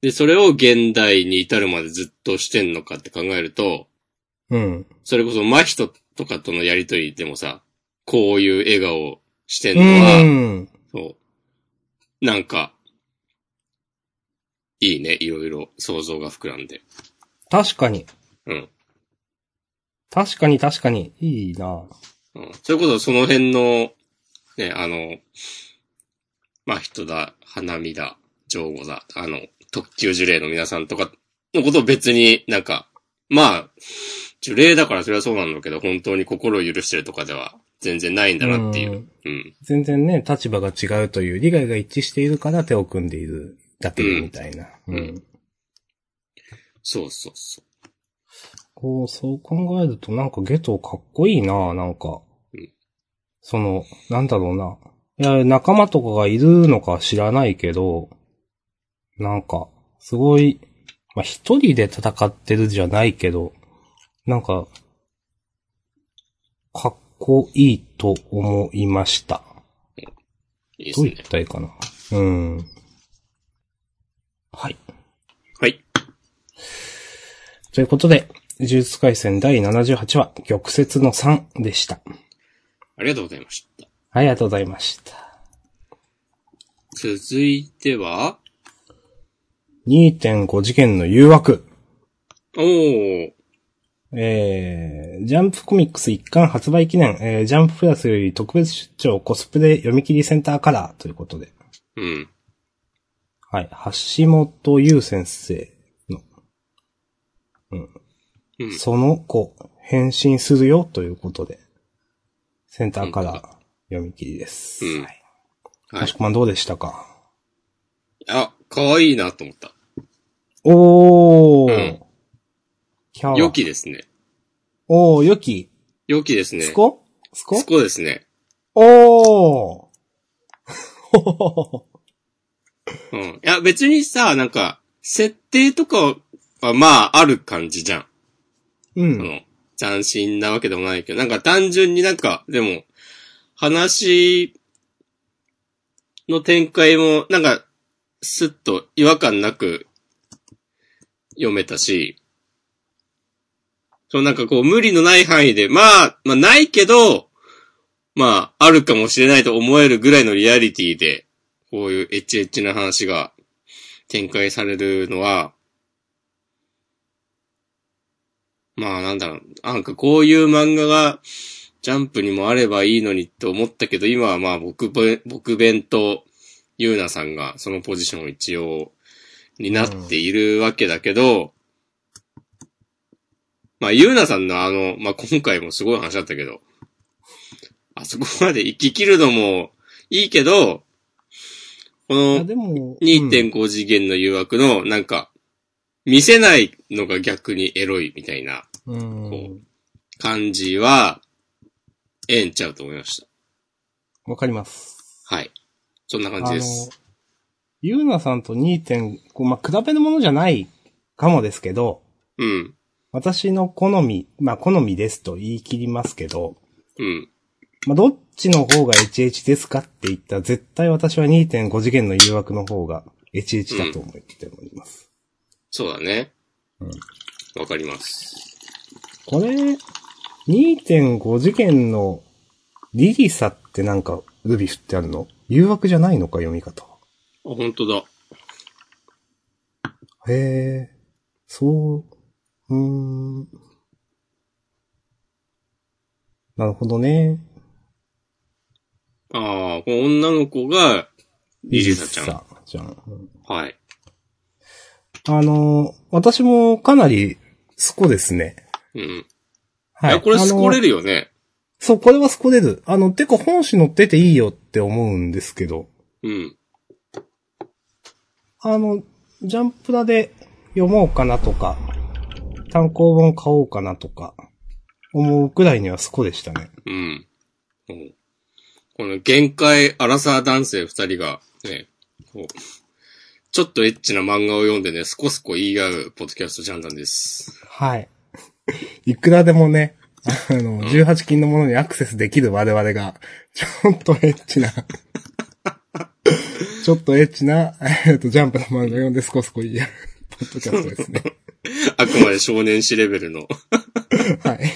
[SPEAKER 1] で、それを現代に至るまでずっとしてんのかって考えると、
[SPEAKER 2] うん。
[SPEAKER 1] それこそ真人とかとのやりとりでもさ、こういう笑顔をしてん
[SPEAKER 2] う
[SPEAKER 1] のは、
[SPEAKER 2] ん。
[SPEAKER 1] そう。なんか、いいね、いろいろ想像が膨らんで。
[SPEAKER 2] 確かに。
[SPEAKER 1] うん。
[SPEAKER 2] 確かに確かに。いいな
[SPEAKER 1] うん。それこそその辺の、ね、あの、真人だ、花見だ、上後だ、あの、特級呪霊の皆さんとかのことを別になんか、まあ、呪霊だからそれはそうなんだけど、本当に心を許してるとかでは全然ないんだなっていう。うん。
[SPEAKER 2] 全然ね、立場が違うという、利害が一致しているから手を組んでいるだけでみたいな。
[SPEAKER 1] うん
[SPEAKER 2] う
[SPEAKER 1] うんそうそうそ
[SPEAKER 2] こう、そう考えると、なんかゲトかっこいいななんか
[SPEAKER 1] うん。
[SPEAKER 2] その、なんだろうな。いや、仲間とかがいるのか知らないけど、なんか、すごい、まあ、一人で戦ってるじゃないけど、なんか、かっこいいと思いました。
[SPEAKER 1] う。いいです
[SPEAKER 2] どう言
[SPEAKER 1] ね
[SPEAKER 2] っ。たらいいかな。うん。はい。
[SPEAKER 1] はい。
[SPEAKER 2] ということで、呪術回戦第78話、玉折の3でした。
[SPEAKER 1] ありがとうございました。
[SPEAKER 2] ありがとうございました。
[SPEAKER 1] 続いては、
[SPEAKER 2] 2.5次元の誘惑。
[SPEAKER 1] おー、
[SPEAKER 2] えー、ジャンプコミックス一巻発売記念、えー、ジャンププラスより特別出張コスプレ読み切りセンターカラーということで。
[SPEAKER 1] うん。
[SPEAKER 2] はい。橋本優先生の、
[SPEAKER 1] うん。
[SPEAKER 2] その子、返信するよということで、センターか
[SPEAKER 1] 本当
[SPEAKER 2] ら読み切りです。
[SPEAKER 1] うん
[SPEAKER 2] はい。
[SPEAKER 1] はい
[SPEAKER 2] かしこまんどうでしたか
[SPEAKER 1] あ、可愛いなと思った。
[SPEAKER 2] おー。
[SPEAKER 1] うん
[SPEAKER 2] キャワ
[SPEAKER 1] 良きですね。
[SPEAKER 2] おー、よき。
[SPEAKER 1] 良きですね。
[SPEAKER 2] スコスコ
[SPEAKER 1] スコですね。
[SPEAKER 2] おー。ほほほ ほ
[SPEAKER 1] うん。いや、別にさ、なんか、設定とかは、まあ、ある感じじゃん。
[SPEAKER 2] う
[SPEAKER 1] そ
[SPEAKER 2] ん。
[SPEAKER 1] の、斬新なわけでもないけど、なんか単純になんか、でも、話の展開も、なんか、スッと違和感なく読めたし、そうなんかこう無理のない範囲で、まあ、まあないけど、まあ、あるかもしれないと思えるぐらいのリアリティで、こういうエッチエッチな話が展開されるのは、まあなんだろう、なんかこういう漫画がジャンプにもあればいいのにって思ったけど、今はまあ僕べ、僕弁とゆうなさんがそのポジションを一応担っているわけだけど、まあゆうなさんのあの、まあ今回もすごい話だったけど、あそこまで生き切るのもいいけど、こ
[SPEAKER 2] い
[SPEAKER 1] の
[SPEAKER 2] や、でも、うん
[SPEAKER 1] 2.5次元の誘惑の、なんか、見せないのが逆にエロいみたいな
[SPEAKER 2] うん。
[SPEAKER 1] 感じは、ええんちゃうと思いまし
[SPEAKER 2] わかります。
[SPEAKER 1] た。はい。そんな感
[SPEAKER 2] あ
[SPEAKER 1] じ
[SPEAKER 2] の
[SPEAKER 1] です。、
[SPEAKER 2] ゆうなさんと2.5、まあ、比べるものじゃないかもですけど、
[SPEAKER 1] うん。
[SPEAKER 2] 私の好み、まあ、好みですと言い切りますけど、
[SPEAKER 1] うん。
[SPEAKER 2] まあ、どっちの方が HH ですかって言ったら、絶対私は2.5次元の誘惑の方が HH だと思っております。
[SPEAKER 1] そうだね。
[SPEAKER 2] うん
[SPEAKER 1] わかります。
[SPEAKER 2] これ、2.5次元のリリサってなんか、ルビ振ってあるの誘惑じゃないのか、読み方は。
[SPEAKER 1] あ、本当だ。
[SPEAKER 2] へえ、そう、うーん。なるほどね。
[SPEAKER 1] ああ、この女の子が、リリサちゃん。
[SPEAKER 2] じゃん。うん
[SPEAKER 1] はい。
[SPEAKER 2] あの、私もかなり、スコですね。
[SPEAKER 1] うん。
[SPEAKER 2] はい
[SPEAKER 1] いや、これ、
[SPEAKER 2] あの
[SPEAKER 1] すこれるよね。
[SPEAKER 2] そう、これはスコレる。あの、てか本誌乗ってていいよって思うんですけど、
[SPEAKER 1] うん。
[SPEAKER 2] あの、ジャンプラで読もうかなとか、単行本買おうかなとか、思うくらいにはスコでしたね。
[SPEAKER 1] うん。うんこの限界アラサー男性二人が、ね、こう、ちょっとエッチな漫画を読んでね、すこすこ言い合うポッドキャストジャンダン です。
[SPEAKER 2] はい。いくらでもね、あの、18禁のものにアクセスできる我々が、ちょっとエッ チな、ちょっとエッチな、えっと、ジャンプの漫画読んでスコスコ言い合う、ポッドキャストですね。
[SPEAKER 1] あくまで少年誌レベルの。
[SPEAKER 2] はい。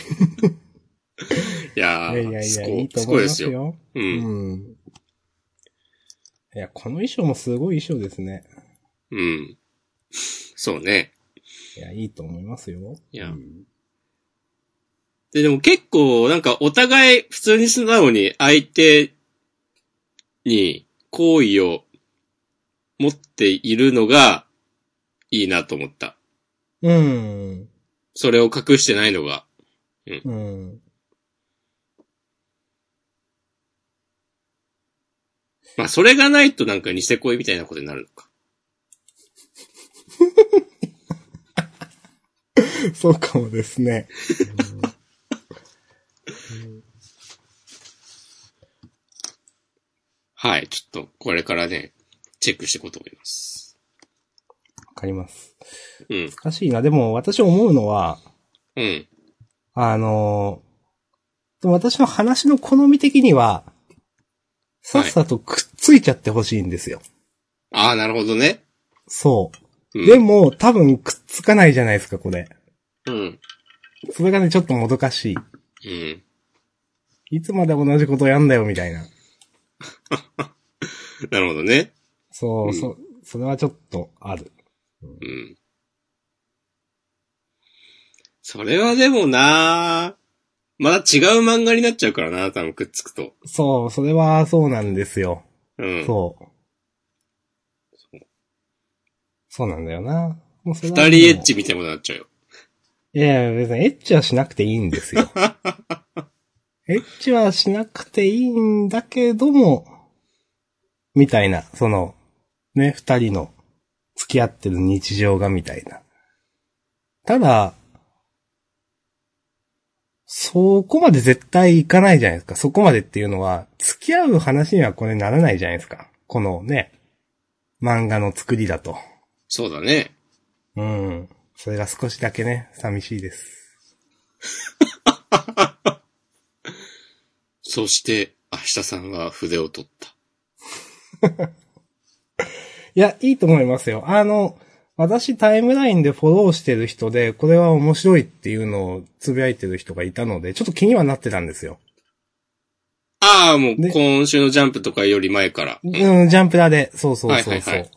[SPEAKER 1] いや
[SPEAKER 2] いやいや
[SPEAKER 1] ー、
[SPEAKER 2] い
[SPEAKER 1] す
[SPEAKER 2] や、
[SPEAKER 1] こ
[SPEAKER 2] いいと
[SPEAKER 1] すこ
[SPEAKER 2] 思い
[SPEAKER 1] で
[SPEAKER 2] ますす
[SPEAKER 1] よ。
[SPEAKER 2] よ。
[SPEAKER 1] う。
[SPEAKER 2] うんん。いや、この衣装もすごい衣装ですね。
[SPEAKER 1] うん。そうね。
[SPEAKER 2] いや、いいと思いますよ。
[SPEAKER 1] いうや。
[SPEAKER 2] ん
[SPEAKER 1] で、でも結構、なんかお互い普通に素直に相手に好意を持っているのがいいなと思った。
[SPEAKER 2] うん。
[SPEAKER 1] それを隠してないのが。
[SPEAKER 2] うん。
[SPEAKER 1] まあ、それがないとなんかニセ恋みたいなことになるのか。
[SPEAKER 2] そうかもですね。
[SPEAKER 1] はい。ちょっと、これからね、チェックしていこうと思います。
[SPEAKER 2] わかります。
[SPEAKER 1] うん。
[SPEAKER 2] 難しいな。でも、私思うのは、
[SPEAKER 1] うん。
[SPEAKER 2] あのーでも私の話の好み的には、さっさとくっついちゃってほしいんですよ。
[SPEAKER 1] ああ、なるほどね。
[SPEAKER 2] そうう。
[SPEAKER 1] ん。
[SPEAKER 2] でも、多分くっつかないじゃないですか、これ。
[SPEAKER 1] うん。
[SPEAKER 2] それがね、ちょっともどかしい。
[SPEAKER 1] うん。
[SPEAKER 2] いつまで同じことやんだよ、みたいな。
[SPEAKER 1] なるほどね。
[SPEAKER 2] そう、
[SPEAKER 1] うん
[SPEAKER 2] そ、それはちょっとある。
[SPEAKER 1] うん。それはでもなまだ違う漫画になっちゃうからな多分くっつくと。
[SPEAKER 2] そう、それはそうなんですよ。
[SPEAKER 1] うん。
[SPEAKER 2] そう。そうなんだよな。もうそれはもう
[SPEAKER 1] 二人エッチみたいなことになっちゃうよ。
[SPEAKER 2] いやいや、別にエッチはしなくていいんですよ。エッチはしなくていいんだけども、みたいな、その、ね、二人の付き合ってる日常がみたいな。ただ、そこまで絶対いかないじゃないですか。そこまでっていうのは、付き合う話にはこれならないじゃないですか。このね、漫画の作りだと。
[SPEAKER 1] そうだね。
[SPEAKER 2] うん。それが少しだけね、寂しいです。
[SPEAKER 1] そして、明日さんが筆を取った。
[SPEAKER 2] いや、いいと思いますよ。あの、私タイムラインでフォローしてる人で、これは面白いっていうのをつぶやいてる人がいたので、ちょっと気にはなってたんですよ。
[SPEAKER 1] ああ、もう
[SPEAKER 2] ね
[SPEAKER 1] 今週のジャンプとかより前から。
[SPEAKER 2] うん、ジャンプラで。そうそうそうそう。
[SPEAKER 1] はいはいはい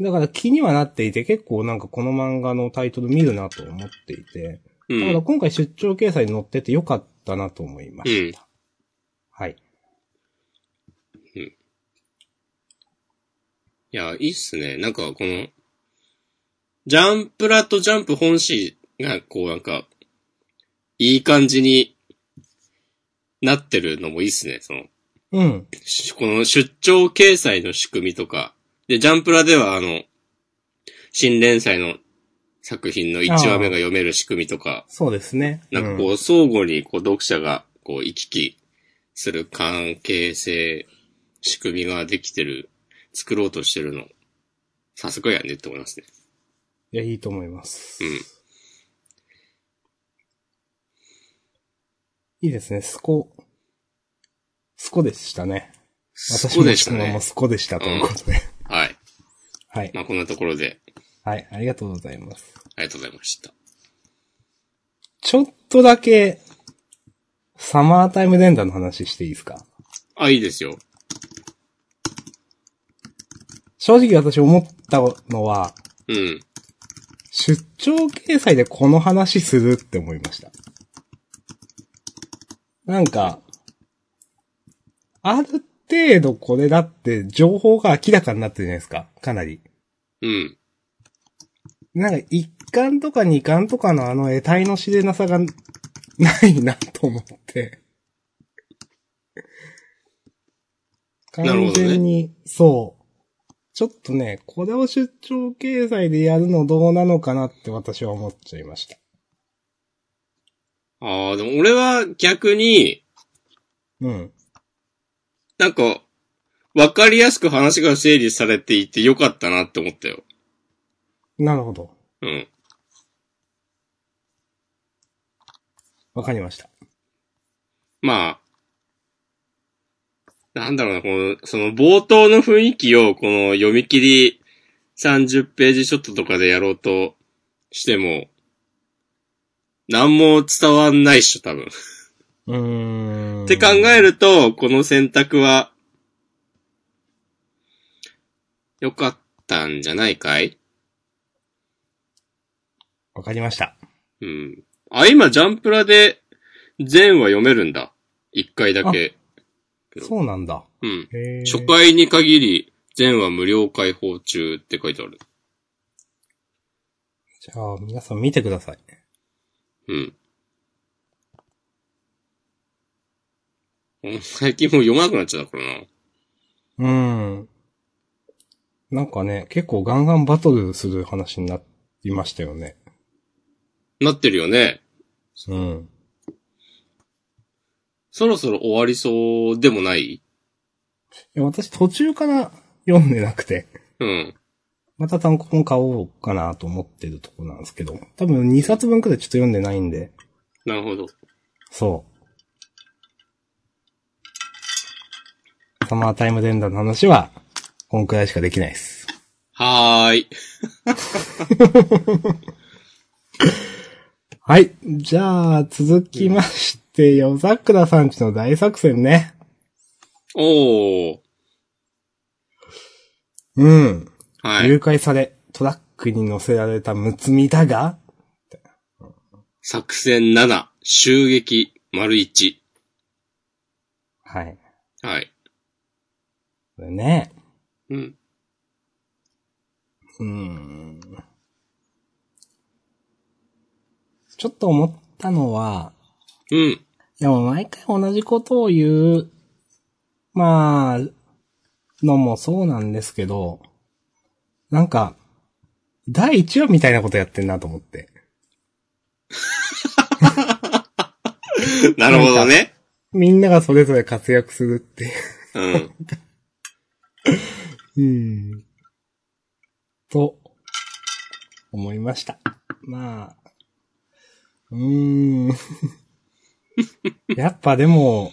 [SPEAKER 2] だから気にはなっていて、結構なんかこの漫画のタイトル見るなと思っていて。
[SPEAKER 1] う
[SPEAKER 2] だから
[SPEAKER 1] ん。
[SPEAKER 2] 今回出張掲載に載っててよかったなと思いました。はい。
[SPEAKER 1] いや、いいっすね。なんか、この、ジャンプラとジャンプ本誌が、こうなんか、いい感じになってるのもいいっすね。その、
[SPEAKER 2] うん。
[SPEAKER 1] しこの出張掲載の仕組みとか、で、ジャンプラではあの、新連載の作品の1話目が読める仕組みとか、
[SPEAKER 2] そうですね。
[SPEAKER 1] なんかこ
[SPEAKER 2] うん
[SPEAKER 1] う、相互にこう、読者がこう、行き来する関係性、仕組みができてる、作ろうとしてるの、さすがやねって思いますね。
[SPEAKER 2] いや、いいと思います。
[SPEAKER 1] うん
[SPEAKER 2] いいですね、スコ。スコでしたね。
[SPEAKER 1] そうでした
[SPEAKER 2] 私も
[SPEAKER 1] ね
[SPEAKER 2] も。スコでしたということで。
[SPEAKER 1] はい。
[SPEAKER 2] はい。
[SPEAKER 1] まあ、こんなところで、
[SPEAKER 2] はい、ありがとうございます。
[SPEAKER 1] ありがとうございました。
[SPEAKER 2] ちょっとだけ、サマータイム連打の話していいですか
[SPEAKER 1] あ、いいですよ。
[SPEAKER 2] 正直私思ったのは、
[SPEAKER 1] うん。
[SPEAKER 2] 出張掲載でこの話するって思いました。なんか、ある程度これだって情報が明らかになってるじゃないですか。かなり。
[SPEAKER 1] うん。
[SPEAKER 2] なんか一巻とか二巻とかのあの得体の知れなさがないなと思って。
[SPEAKER 1] るほどね
[SPEAKER 2] 完全に、そう。ちょっとね、これを出張掲載でやるのどうなのかなって私は思っちゃいました。
[SPEAKER 1] ああ、でも俺は逆に、
[SPEAKER 2] うん。
[SPEAKER 1] なんか、わかりやすく話が整理されていてよかったなって思ったよ。
[SPEAKER 2] なるほど。
[SPEAKER 1] うん。
[SPEAKER 2] わかりました。
[SPEAKER 1] まあ、なんだろうな、この、その冒頭の雰囲気を、この読み切り30ページちょっととかでやろうとしても、なんも伝わんないっしょ、多分。
[SPEAKER 2] うーん。
[SPEAKER 1] って考えると、この選択は、良かったんじゃないかい
[SPEAKER 2] わかりました。
[SPEAKER 1] うん。あ、今、ジャンプラで、全話読めるんだ。一回だけ。
[SPEAKER 2] そうなんだ。
[SPEAKER 1] うん。
[SPEAKER 2] へー
[SPEAKER 1] 初回に限り、全話無料開放中って書いてある。
[SPEAKER 2] じゃあ、皆さん見てください。
[SPEAKER 1] うん。うん最近もう読まなくなっちゃったからな。
[SPEAKER 2] うん。なんかね、結構ガンガンバトルする話になりましたよね。
[SPEAKER 1] なってるよね。
[SPEAKER 2] うん。
[SPEAKER 1] そろそろ終わりそうでもない
[SPEAKER 2] いや私途中から読んでなくて、
[SPEAKER 1] うん。
[SPEAKER 2] また単行本買おうかなと思ってるとこなんですけど、多分2冊分くらいちょっと読んでないんで、
[SPEAKER 1] なるほど。
[SPEAKER 2] そう。サマータイム連打の話は、こんくらいしかできないです。
[SPEAKER 1] はーい。
[SPEAKER 2] はい。じゃあ、続きまして、夜桜さんちの大作戦ね。
[SPEAKER 1] おー。
[SPEAKER 2] うん。
[SPEAKER 1] はい。
[SPEAKER 2] 誘拐され、トラックに乗せられたむつみだが、
[SPEAKER 1] 作戦7、襲撃丸1。
[SPEAKER 2] はい。
[SPEAKER 1] はい。
[SPEAKER 2] これね。
[SPEAKER 1] うん。
[SPEAKER 2] うーん。ちょっと思ったのは、
[SPEAKER 1] うん。
[SPEAKER 2] でも毎回同じことを言う、まあ、のもそうなんですけど、なんか、第1話みたいなことやってんなと思って。
[SPEAKER 1] なるほどね。
[SPEAKER 2] みんながそれぞれ活躍するっていう
[SPEAKER 1] うん。
[SPEAKER 2] うん。と、思いました。まあ、うーん。 やっぱでも、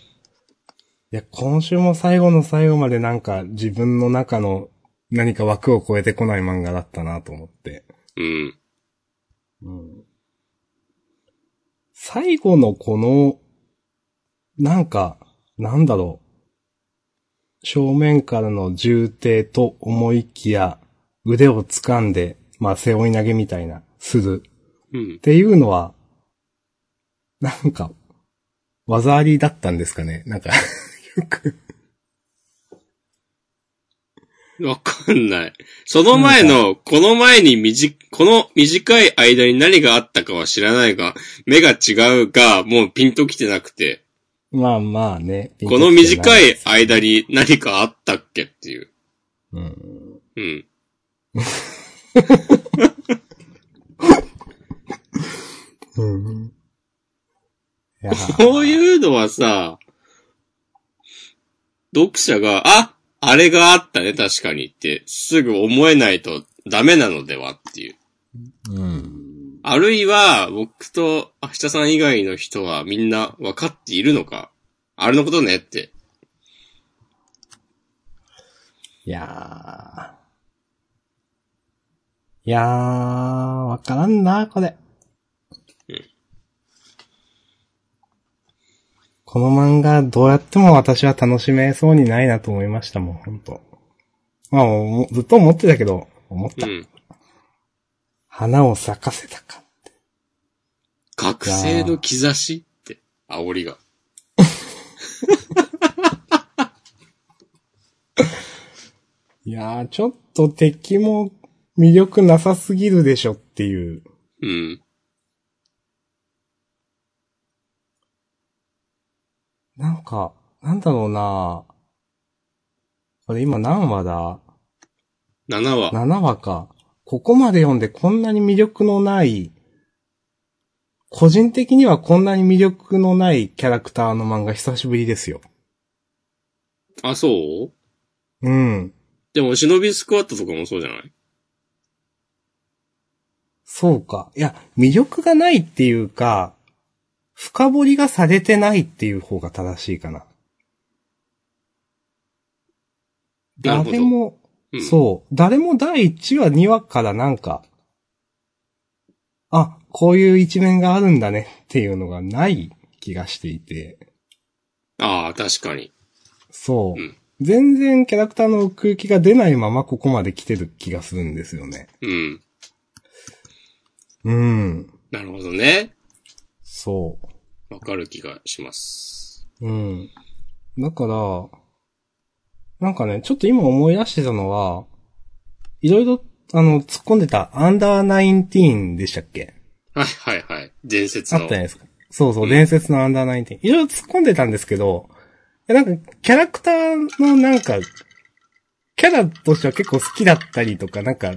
[SPEAKER 2] いや、今週も最後の最後までなんか自分の中の何か枠を超えてこない漫画だったなと思って。
[SPEAKER 1] うん。
[SPEAKER 2] うん。最後のこの、なんか、なんだろう。正面からの重低と思いきや、腕を掴んで、まあ、背負い投げみたいな、する。
[SPEAKER 1] うん
[SPEAKER 2] っ。ていうのは、なんか、技ありだったんですかねなんか、よく。
[SPEAKER 1] わかんない。その前の、この前に短い、この短い間に何があったかは知らないが、目が違うが、もうピンときてなくて、
[SPEAKER 2] まあまあね。
[SPEAKER 1] この短
[SPEAKER 2] い。
[SPEAKER 1] い間に何かあったっけっていう。
[SPEAKER 2] うん。
[SPEAKER 1] うん。
[SPEAKER 2] うん。いやー、
[SPEAKER 1] こういうのはさ、読者が、ああれがあったね、確かにって、すぐ思えないとダメなのではっていう。
[SPEAKER 2] うん。
[SPEAKER 1] あるいは、僕と明日さん以外の人はみんな分かっているのかあれのことねって。
[SPEAKER 2] いやー。いやー、わからんな、これ。この漫画、どうやっても私は楽しめそうにないなと思いましたもん、ほんと。まあ、もうずっと思ってたけど、思っ
[SPEAKER 1] う
[SPEAKER 2] た。
[SPEAKER 1] ん。
[SPEAKER 2] 花を咲かせたか。
[SPEAKER 1] 学生の兆しって、煽りが。
[SPEAKER 2] いやー、ちょっと敵も魅力なさすぎるでしょっていう。
[SPEAKER 1] うん。
[SPEAKER 2] なんか、なんだろうなこれ今何話だ
[SPEAKER 1] 7話。
[SPEAKER 2] 7話か。ここまで読んでこんなに魅力のない、個人的にはこんなに魅力のないキャラクターの漫画久しぶりですよ。
[SPEAKER 1] あ、そう
[SPEAKER 2] うん。
[SPEAKER 1] でも、忍びスクワットとかもそうじゃない
[SPEAKER 2] そうか。いや、魅力がないっていうか、深掘りがされてないっていう方が正しいかな。
[SPEAKER 1] なるほど
[SPEAKER 2] 誰も、
[SPEAKER 1] うん
[SPEAKER 2] そう。誰も第1話、2話からなんか、あ、こういう一面があるんだねっていうのがない気がしていて。
[SPEAKER 1] ああ、確かに。
[SPEAKER 2] そう。
[SPEAKER 1] うん
[SPEAKER 2] 全然キャラクターの奥行きが出ないままここまで来てる気がするんですよね。
[SPEAKER 1] うん。
[SPEAKER 2] うん。
[SPEAKER 1] なるほどね。
[SPEAKER 2] そ
[SPEAKER 1] わかる気がします。
[SPEAKER 2] う。うん。だから、なんかね、ちょっと今思い出してたのは、いろいろ、あの、突っ込んでた、アンダーナインティーンでしたっけ
[SPEAKER 1] はいはいはい。伝説
[SPEAKER 2] あった
[SPEAKER 1] の。
[SPEAKER 2] じゃないですか。そうそう、伝説のアンダーナインティーン。いろいろ突っ込んでたんですけど、いやなんか、キャラクターのなんか、キャラとしては結構好きだったりとか、なんか、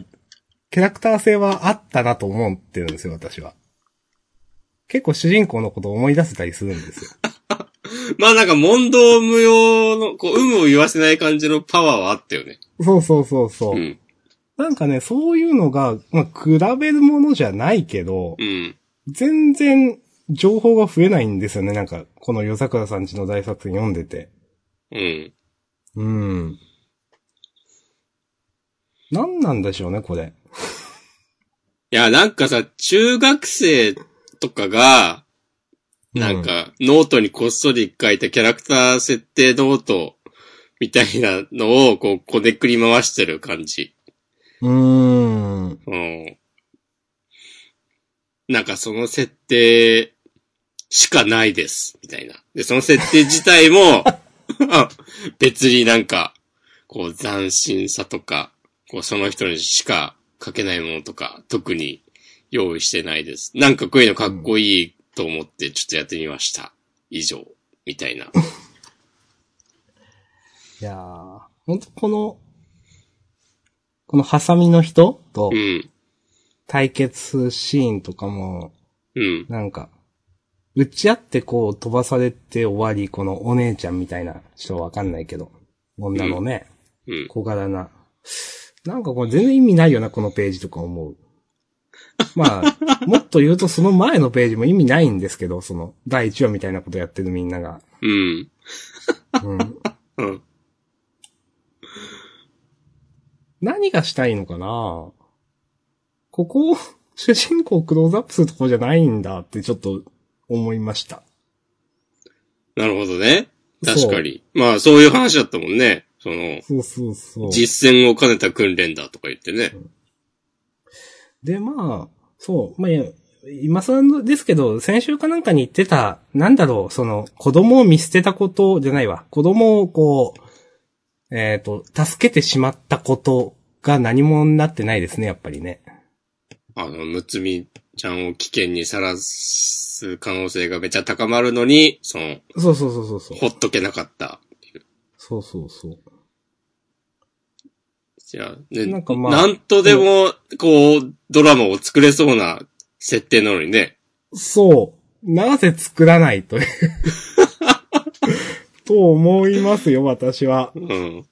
[SPEAKER 2] キャラクター性はあったなと思ってるんですよ、私は。結構主人公のことを思い出せたりするんですよ。
[SPEAKER 1] まあなんか、問答無用の、こう、有無を言わせない感じのパワーはあったよね。
[SPEAKER 2] そうそうそうそう。
[SPEAKER 1] うん。
[SPEAKER 2] なんかね、そういうのが、まあ、比べるものじゃないけど、
[SPEAKER 1] うん。
[SPEAKER 2] 全然情報が増えないんですよね、なんか、この夜桜さんちの大作品読んでて。
[SPEAKER 1] うん。
[SPEAKER 2] うん。何なんでしょうね、これ。
[SPEAKER 1] いや、なんかさ、中学生とかが、なんか、ノートにこっそり書いたキャラクター設定ノートみたいなのを、こう、こねくり回してる感じ。
[SPEAKER 2] うーん。
[SPEAKER 1] うん。なんかその設定しかないです、みたいな。で、その設定自体も、 別になんか、こう、斬新さとか、こう、その人にしか書けないものとか、特に用意してないです。なんかこういうのかっこいいと思って、ちょっとやってみました。以上。みたいな。
[SPEAKER 2] いやー、ほんとこの、このハサミの人と
[SPEAKER 1] うん。
[SPEAKER 2] 対決するシーンとかも、
[SPEAKER 1] うん。
[SPEAKER 2] なんか、打ち合ってこう飛ばされて終わり、このお姉ちゃんみたいな、ちょっとわかんないけど、女のね、
[SPEAKER 1] うん。
[SPEAKER 2] 小柄な。なんかこれ全然意味ないよな、このページとか思う。まあ、もっと言うとその前のページも意味ないんですけど、その、第1話みたいなことやってるみんなが。
[SPEAKER 1] うん。
[SPEAKER 2] うん、
[SPEAKER 1] うん。
[SPEAKER 2] 何がしたいのかなここを、 主人公をクローズアップするところじゃないんだってちょっと思いました。
[SPEAKER 1] なるほどね。確かに。まあ、そういう話だったもんね。その、
[SPEAKER 2] そうそうそう。
[SPEAKER 1] 実践を兼ねた訓練だとか言ってね。
[SPEAKER 2] で、まあ、そう、まあ、いや今更のですけど、先週かなんかに言ってた、なんだろう、その、子供を見捨てたことじゃないわ。子供をこう、えっ、と、助けてしまったことが何もなってないですね、やっぱりね。
[SPEAKER 1] あの、むつみちゃんを危険にさらす可能性がめちゃ高まるのに、その、
[SPEAKER 2] そうそうそうそうそう。
[SPEAKER 1] ほっとけなかった。
[SPEAKER 2] そうそうそう。
[SPEAKER 1] じゃあ、ね、
[SPEAKER 2] な
[SPEAKER 1] なんん
[SPEAKER 2] かまあ
[SPEAKER 1] とでも、こう、ドラマを作れそうな設定なのにね。
[SPEAKER 2] そう。なぜ作らな いというと思いますよ、私は。
[SPEAKER 1] うん。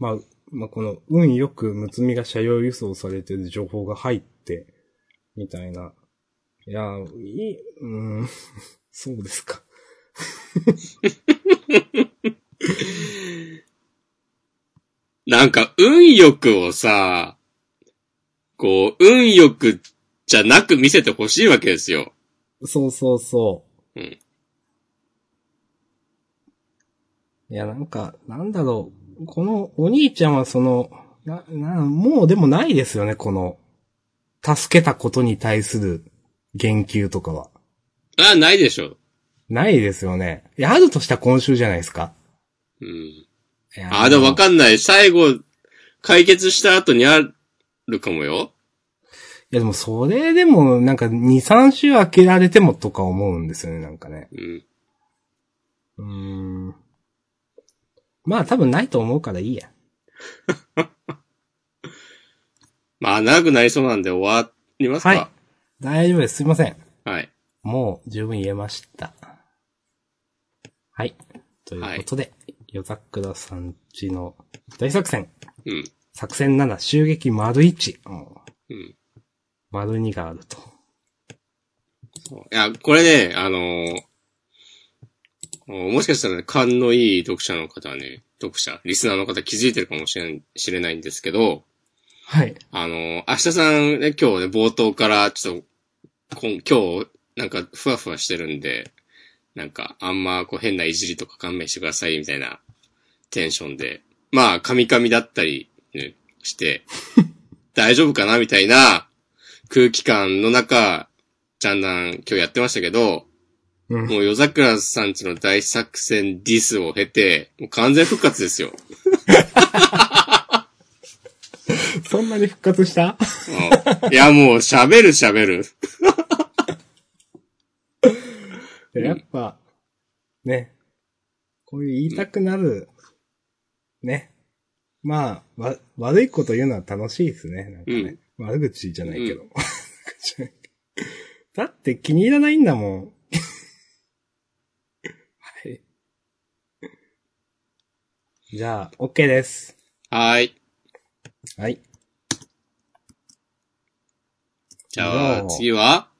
[SPEAKER 2] まあ、まあ、この、運よく、むつみが車両輸送されてる情報が入って、みたいな。いやー、いい、うーん、 そうですか。
[SPEAKER 1] なんか、運よくをさ、こう、運よくじゃなく見せてほしいわけですよ。
[SPEAKER 2] そうそうそう。
[SPEAKER 1] うん
[SPEAKER 2] いや、なんか、なんだろう。この、お兄ちゃんはその、な、な、もうでもないですよね、この、助けたことに対する言及とかは。
[SPEAKER 1] あ、ないでしょ。
[SPEAKER 2] ないですよね。いや、あるとしたら今週じゃないですか。
[SPEAKER 1] うん。
[SPEAKER 2] いやー
[SPEAKER 1] あ、でもわかんない。最後、解決した後にあるかもよ。
[SPEAKER 2] いやでもそれでもなんか2、3週開けられてもとか思うんですよね、なんかね。
[SPEAKER 1] うん。
[SPEAKER 2] うーん。まあ多分ないと思うからいいや。
[SPEAKER 1] まあ、長くなりそうなんで終わりますか。
[SPEAKER 2] はい。大丈夫です。すいません。
[SPEAKER 1] はい。
[SPEAKER 2] もう十分言えました。はい。ということで、ヨザクラさんちの大作戦。
[SPEAKER 1] うん。
[SPEAKER 2] 作戦7、襲撃丸1。うん
[SPEAKER 1] うん。
[SPEAKER 2] 丸2があると。
[SPEAKER 1] いや、これね、あのーおもしかしたらね、勘のいい読者の方はね、読者、リスナーの方気づいてるかもしれん知れないんですけど、
[SPEAKER 2] はい。
[SPEAKER 1] あのー明日さんね、今日ね、冒頭から、ちょっと、こん今日、なんか、ふわふわしてるんで、なんか、あんま、こう、変ないじりとか勘弁してください、みたいな、テンションで。まあ、カミカミだったり、ね、して、大丈夫かな、みたいな、空気感の中、ジャンダン、今日やってましたけど、
[SPEAKER 2] うん。
[SPEAKER 1] もう、夜桜さんちの大作戦ディスを経て、もう完全復活ですよ。
[SPEAKER 2] そんなに復活した
[SPEAKER 1] うんいや、もう、喋る喋る。
[SPEAKER 2] でやっぱ、ね、こういう言いたくなる、ね。まあ、わ、悪いこと言うのは楽しいですね。なんかね。悪口じゃないけど。 だって気に入らないんだ もん。はい。じゃあ、OK です。
[SPEAKER 1] はーい。
[SPEAKER 2] はい。
[SPEAKER 1] じゃ
[SPEAKER 2] じゃあ
[SPEAKER 1] あ、次は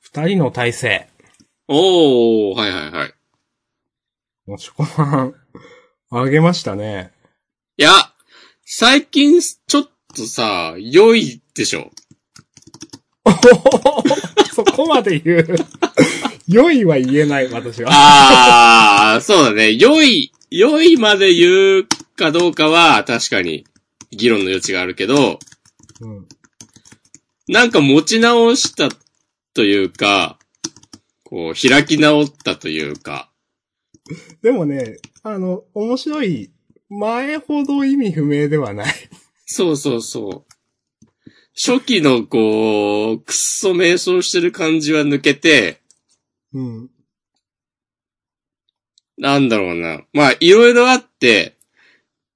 [SPEAKER 2] 二人の体制。
[SPEAKER 1] おー、はいはいはい。
[SPEAKER 2] もう、ショコマン、あげましたね。
[SPEAKER 1] いや、最近、ちょっとさ、良いでしょ。
[SPEAKER 2] そこ まで言う。良いは言えない、私は。
[SPEAKER 1] あー、そうだね。良い、良いまで言うかどうかは、確かに、議論の余地があるけど、
[SPEAKER 2] うん。
[SPEAKER 1] なんか持ち直したというか、こう、開き直ったというか、
[SPEAKER 2] でもね、あの、面白い、前ほど意味不明ではない。
[SPEAKER 1] そうそうそう。初期のこう、くっそ瞑想してる感じは抜けて、
[SPEAKER 2] うん。
[SPEAKER 1] なんだろうな。まあ、いろいろあって、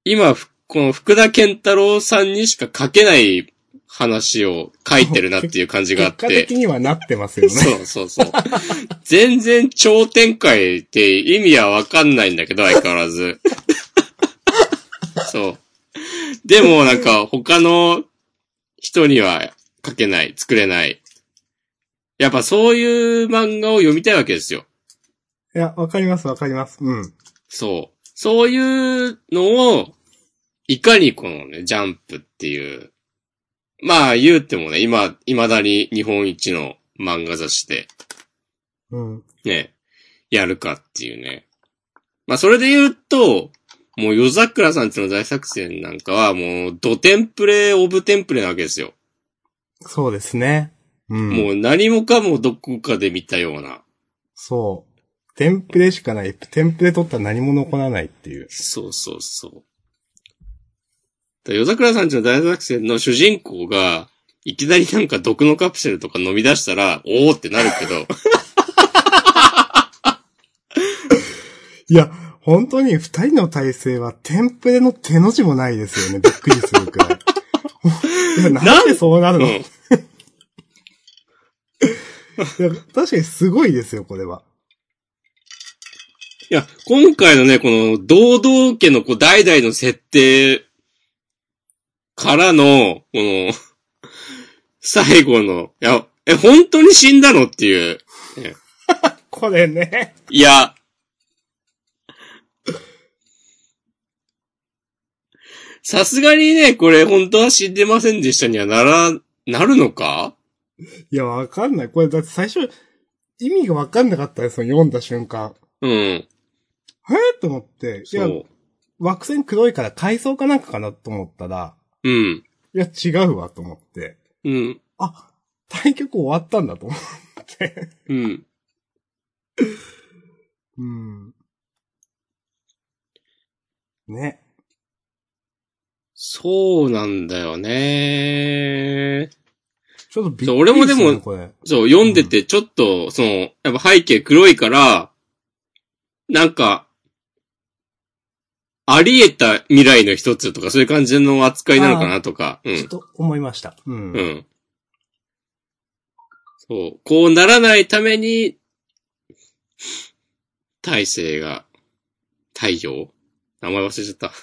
[SPEAKER 1] 今、ふこの福田健太郎さんにしか書けない話を書いてるなっていう感じがあ
[SPEAKER 2] 結
[SPEAKER 1] っ
[SPEAKER 2] 果
[SPEAKER 1] て
[SPEAKER 2] 的。にはなってますよね。
[SPEAKER 1] そうそうそう。全然超展開って意味はわかんないんだけど、相変わらず。そう。でもなんか他の人には書けない、作れない。やっぱそういう漫画を読みたいわけですよ。
[SPEAKER 2] いや、わかりますわかります。うん。
[SPEAKER 1] そう。そういうのを、いかにこのね、ジャンプっていう。まあ言うてもね、今、未だに日本一の漫画雑誌で、
[SPEAKER 2] うん。
[SPEAKER 1] ね、やるかっていうね。まあそれで言うと、もう夜桜さんちの大作戦なんかはもう、ドテンプレオブテンプレなわけですよ。
[SPEAKER 2] そうですね。うん。
[SPEAKER 1] もう何もかもどこかで見たような。
[SPEAKER 2] そう。テンプレしかない。テンプレ取ったら何も残らないっていう。
[SPEAKER 1] そうそうそう。だから夜桜さんちの大作戦の主人公が、いきなりなんか毒のカプセルとか飲み出したら、おーってなるけど、
[SPEAKER 2] いや、本当に二人の体制はテンプレの手の字もないですよね。びっくりするくらい。 いやなんでそうなる
[SPEAKER 1] う
[SPEAKER 2] の、
[SPEAKER 1] ん。
[SPEAKER 2] いや確かにすごいですよ、これは。
[SPEAKER 1] いや、今回のね、この、堂々家のこう、代々の設定からの、この、 最後の、いや、え、本当に死んだのっていう。
[SPEAKER 2] これね。
[SPEAKER 1] いや。さすがにね、これ本当は死んでませんでしたにはなら、なるのか
[SPEAKER 2] いや、わかんない。これだって最初、意味がわかんなかったですよ、読んだ瞬間。
[SPEAKER 1] うん。
[SPEAKER 2] へえと思って。い
[SPEAKER 1] そ
[SPEAKER 2] や、
[SPEAKER 1] う。
[SPEAKER 2] 惑星黒いから階層かなんかかなと思ったら、
[SPEAKER 1] うん。
[SPEAKER 2] いや、違うわと思って。
[SPEAKER 1] うん。
[SPEAKER 2] あ、対局終わったんだと思って。
[SPEAKER 1] うん。
[SPEAKER 2] うん。ね。
[SPEAKER 1] そうなんだよね。
[SPEAKER 2] ちょっとびっ
[SPEAKER 1] そう
[SPEAKER 2] く
[SPEAKER 1] 俺
[SPEAKER 2] り
[SPEAKER 1] も
[SPEAKER 2] し
[SPEAKER 1] で
[SPEAKER 2] た、
[SPEAKER 1] も
[SPEAKER 2] ね、これ。
[SPEAKER 1] そう、読んでて、ちょっと、その、やっぱ背景黒いから、なんか、あり得た未来の一つとか、そういう感じの扱いなのかなとか、う
[SPEAKER 2] ちょっ
[SPEAKER 1] ん。
[SPEAKER 2] と思いました。うん。
[SPEAKER 1] うん。そう。こうならないために、大勢が、太陽名前忘れちゃった。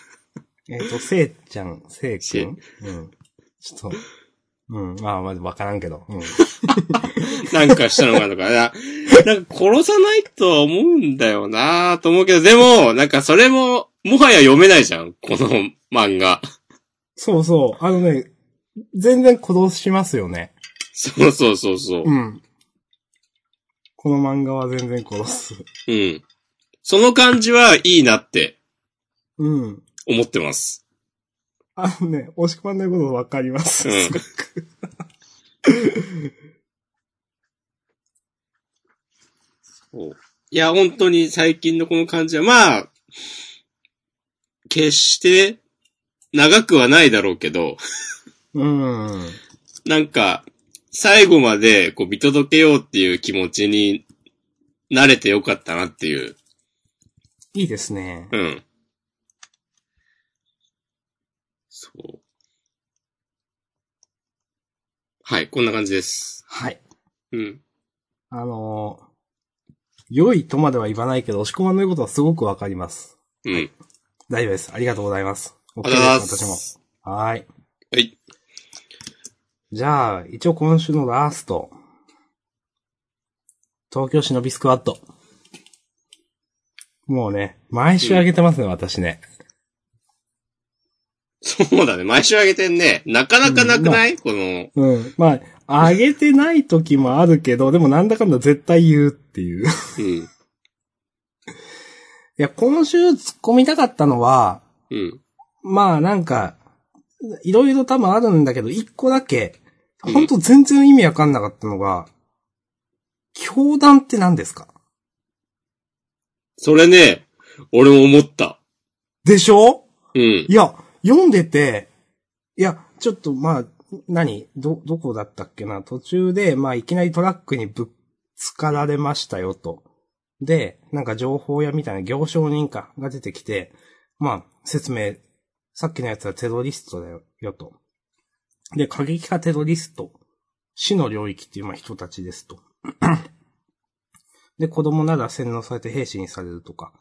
[SPEAKER 2] えっ、と、せいちゃん、せい
[SPEAKER 1] せい
[SPEAKER 2] くん。うん。ちょっと、うん。まあまあ、わからんけど。うん。
[SPEAKER 1] なんかしたのかとか、ななんか殺さないとは思うんだよなぁと思うけど、でも、なんかそれも、もはや読めないじゃん、この漫画。
[SPEAKER 2] そうそう。あのね、全然殺しますよね。
[SPEAKER 1] そうそうそうそう。
[SPEAKER 2] うん。この漫画は全然殺す。
[SPEAKER 1] うん。その感じはいいなって
[SPEAKER 2] うん。
[SPEAKER 1] 思ってます。
[SPEAKER 2] あのね、押し込まないことわかります。
[SPEAKER 1] うん
[SPEAKER 2] すごく
[SPEAKER 1] いや、本当に最近のこの感じは、まあ、決して長くはないだろうけど、
[SPEAKER 2] うん。
[SPEAKER 1] なんか、最後までこう見届けようっていう気持ちになれてよかったなっていう。
[SPEAKER 2] いいですね。
[SPEAKER 1] うん。そう。はい、こんな感じです。
[SPEAKER 2] はい。
[SPEAKER 1] うん。
[SPEAKER 2] あのー良いとまでは言わないけど、押し込まんの言うことはすごくわかります。
[SPEAKER 1] うん。
[SPEAKER 2] 大丈夫です。ありがとうございます。OK
[SPEAKER 1] あ
[SPEAKER 2] で
[SPEAKER 1] り
[SPEAKER 2] す、
[SPEAKER 1] がとうござい
[SPEAKER 2] 私
[SPEAKER 1] ま
[SPEAKER 2] も。
[SPEAKER 1] す。
[SPEAKER 2] はーい。
[SPEAKER 1] はい。
[SPEAKER 2] じゃあ、一応今週のラスト。東京忍びスクワット。もうね、毎週あげてますね、私ね。
[SPEAKER 1] そうだね、毎週あげてんね。なかなかなくない、この、
[SPEAKER 2] うん。まあ、あげてない時もあるけど、でもなんだかんだ絶対言うって いう。い
[SPEAKER 1] うん。
[SPEAKER 2] や、今週突っ込みたかったのは、
[SPEAKER 1] うん。
[SPEAKER 2] まあなんか、いろいろ多分あるんだけど、一個だけ、
[SPEAKER 1] うん
[SPEAKER 2] ほんと全然意味わかんなかったのが、教団って何ですか
[SPEAKER 1] それね、俺も思った。
[SPEAKER 2] でしょ
[SPEAKER 1] うん。
[SPEAKER 2] いや、読んでて、いや、ちょっと、まあ、何ど、どこだったっけな途中で、まあ、いきなりトラックにぶっつかられましたよと。で、なんか情報屋みたいな行商人かが出てきて、まあ、説明、さっきのやつはテロリストだよ、よと。で、過激派テロリスト、死の領域っていうまあ人たちですと。で、子供なら洗脳されて兵士にされるとか。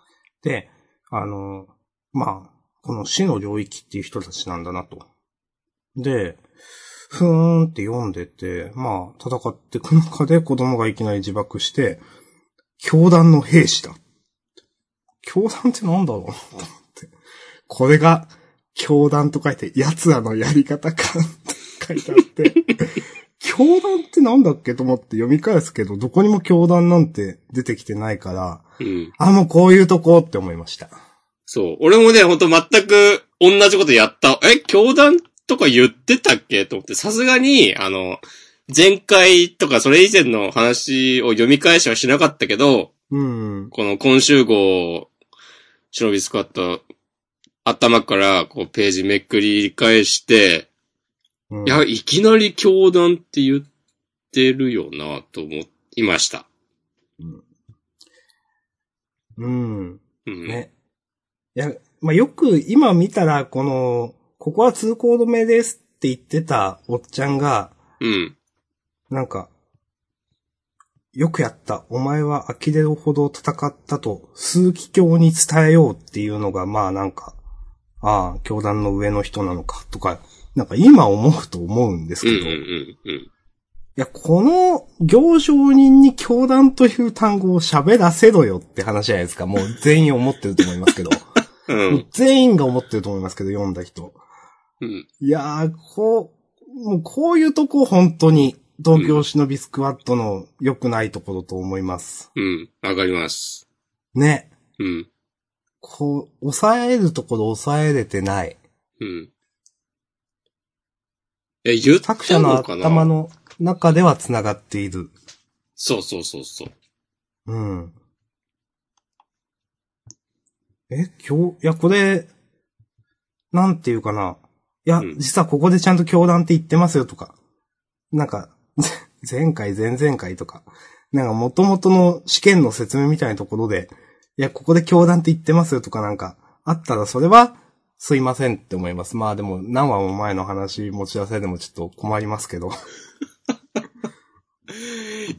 [SPEAKER 2] で、あの、まあ、この死の領域っていう人たちなんだなと。で、ふーんって読んでて、まあ、戦ってく中で子供がいきなり自爆して、教団の兵士だ。教団ってなんだろうと思って。これが、教団と書いて、奴らのやり方かって 書いてあって、教団ってなんだっけと思って読み返すけど、どこにも教団なんて出てきてないから、
[SPEAKER 1] うん。
[SPEAKER 2] あ、もうこういうとこって思いました。
[SPEAKER 1] そう。俺もね、ほんと全く同じことやった。え、教団とか言ってたっけと思って、さすがに、あの、前回とかそれ以前の話を読み返しはしなかったけど、
[SPEAKER 2] うん。
[SPEAKER 1] この今週号、忍びスクワット、頭からこうページめくり返して、
[SPEAKER 2] うん
[SPEAKER 1] いや、いきなり教団って言ってるよなと思いました。
[SPEAKER 2] うん。
[SPEAKER 1] うん。
[SPEAKER 2] ね。いや、まあ、よく今見たら、この、ここは通行止めですって言ってたおっちゃんが、
[SPEAKER 1] うん。
[SPEAKER 2] なんか、よくやった。お前は呆れるほど戦ったと、枢機卿に伝えようっていうのが、まあなんか、ああ、教団の上の人なのかとか、なんか今思うと思うんです
[SPEAKER 1] うんうん
[SPEAKER 2] けど、い
[SPEAKER 1] うんうん。
[SPEAKER 2] や、この行商人に教団という単語を喋らせろよって話じゃないですか。もう全員思ってると思い ますけど。
[SPEAKER 1] う。
[SPEAKER 2] もうん全員が思ってると思いますけど、読んだ人。
[SPEAKER 1] うん。
[SPEAKER 2] いやー、こう、もうこういうとこ本当に、東京忍びスクワットの良くないところと思います。
[SPEAKER 1] うん。わかります。
[SPEAKER 2] ね。
[SPEAKER 1] うん。
[SPEAKER 2] こう、抑えるところ抑えれてない。
[SPEAKER 1] うん。え、言った
[SPEAKER 2] 作者の
[SPEAKER 1] のかな
[SPEAKER 2] 頭の中では繋がっている。
[SPEAKER 1] そうそうそうそう。
[SPEAKER 2] うん。え、今日、いや、これ、なんていうかな。いや、
[SPEAKER 1] うん
[SPEAKER 2] 実はここでちゃんと教団って言ってますよとか。なんか、 ぜ前回、前々回とか。なんか、元々の試験の説明みたいなところで、いや、ここで教団って言ってますよとかなんか、あったらそれは、すいませんって思います。まあでも、何話も前の話持ち出せでもちょっと困りますけど。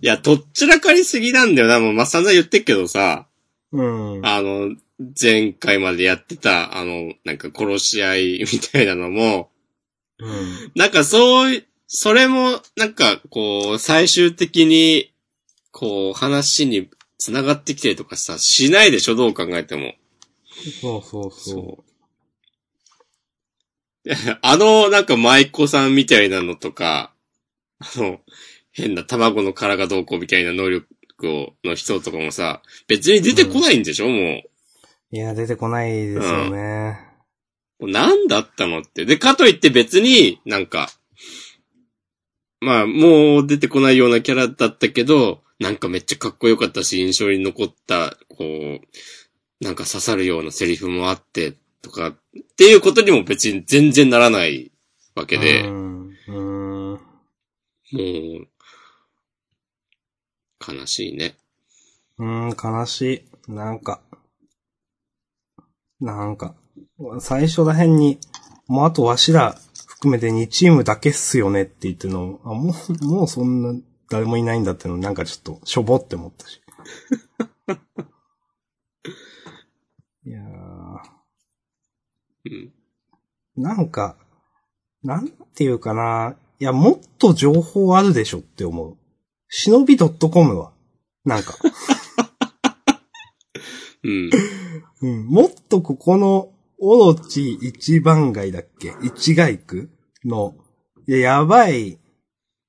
[SPEAKER 1] いや、とっちらかりすぎなんだよな。もう、まっさんざん言ってっけどさ、
[SPEAKER 2] うん。
[SPEAKER 1] あの、前回までやってた、あの、なんか殺し合いみたいなのも、
[SPEAKER 2] うん。
[SPEAKER 1] なんかそうい、それも、なんか、こう、最終的に、こう、話に繋がってきてるとかさ、しないでしょ、どう考えても。
[SPEAKER 2] そうそうそう。
[SPEAKER 1] そう。いや あの、なんか舞妓さんみたいなのとか、あの、変な卵の殻がどうこうみたいな能力を、の人とかもさ、別に出てこないんでしょ、も
[SPEAKER 2] いや、出てこないですよね。
[SPEAKER 1] う。もう何だったのって。で、かといって別になんか、まあ、もう出てこないようなキャラだったけど、なんかめっちゃかっこよかったし、印象に残った、こう、なんか刺さるようなセリフもあって、とか、っていうことにも別に全然ならないわけで。
[SPEAKER 2] うん。うん。
[SPEAKER 1] もう、悲しいね。
[SPEAKER 2] うん、悲しい。なんか。なんか。最初ら辺に、もうあとわしら含めて2チームだけっすよねって言ってるの、あ、もう、もうそんな誰もいないんだっての、なんかちょっと、しょぼって思った し。いや
[SPEAKER 1] う
[SPEAKER 2] ー。
[SPEAKER 1] ん。
[SPEAKER 2] なんか、なんていうかな。いや、もっと情報あるでしょって思う。忍び .com は。なんか、
[SPEAKER 1] うん。
[SPEAKER 2] うん、もっとここの、オロチ一番街だっけ一街区の、いや、やばい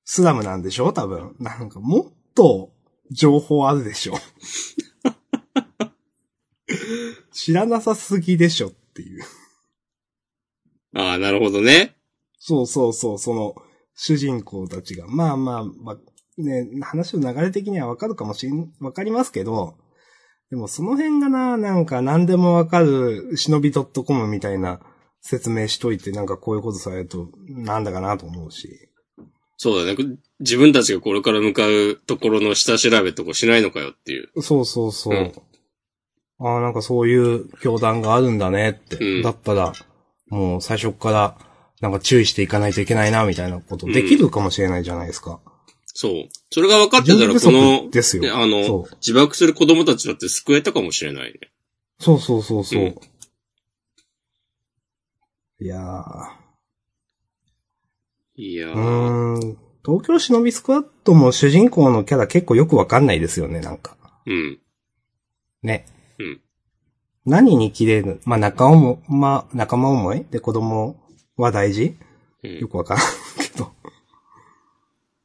[SPEAKER 2] スラムなんでしょ多分。なんか、もっと情報あるでしょ知らなさすぎでしょっていう。
[SPEAKER 1] ああ、なるほどね。
[SPEAKER 2] そうそうそう、その、主人公たちが。まあまあ、まあ、ね、話の流れ的にはわかるかもしん、わかりますけど、でもその辺がな、なんか何でもわかる、忍び .com みたいな説明しといて、なんかこういうことされると、なんだかなと思うし。
[SPEAKER 1] そうだね。自分たちがこれから向かうところの下調べとかしないのかよっていう。
[SPEAKER 2] そうそうそう。
[SPEAKER 1] うん
[SPEAKER 2] ああ、なんかそういう教団があるんだねって。
[SPEAKER 1] うん
[SPEAKER 2] だったら、もう最初っから、なんか注意していかないといけないな、みたいなことできるかもしれないじゃないですか。
[SPEAKER 1] そう。それが分かってたら、
[SPEAKER 2] 準備
[SPEAKER 1] こ
[SPEAKER 2] 不足
[SPEAKER 1] の、
[SPEAKER 2] ですよ
[SPEAKER 1] ねあの
[SPEAKER 2] そ、
[SPEAKER 1] 自爆する子供たちだって救えたかもしれないね。
[SPEAKER 2] そうそうそうそう。
[SPEAKER 1] うん
[SPEAKER 2] いやー。
[SPEAKER 1] いや
[SPEAKER 2] う
[SPEAKER 1] ー。
[SPEAKER 2] ーん。東京忍びスクワットも主人公のキャラ結構よくわかんないですよね、なんか。
[SPEAKER 1] うん。
[SPEAKER 2] ね。
[SPEAKER 1] うん。
[SPEAKER 2] 何に切れるまあ、仲間も、まあ、仲間思いで子供は大事
[SPEAKER 1] うん
[SPEAKER 2] よくわからんけど。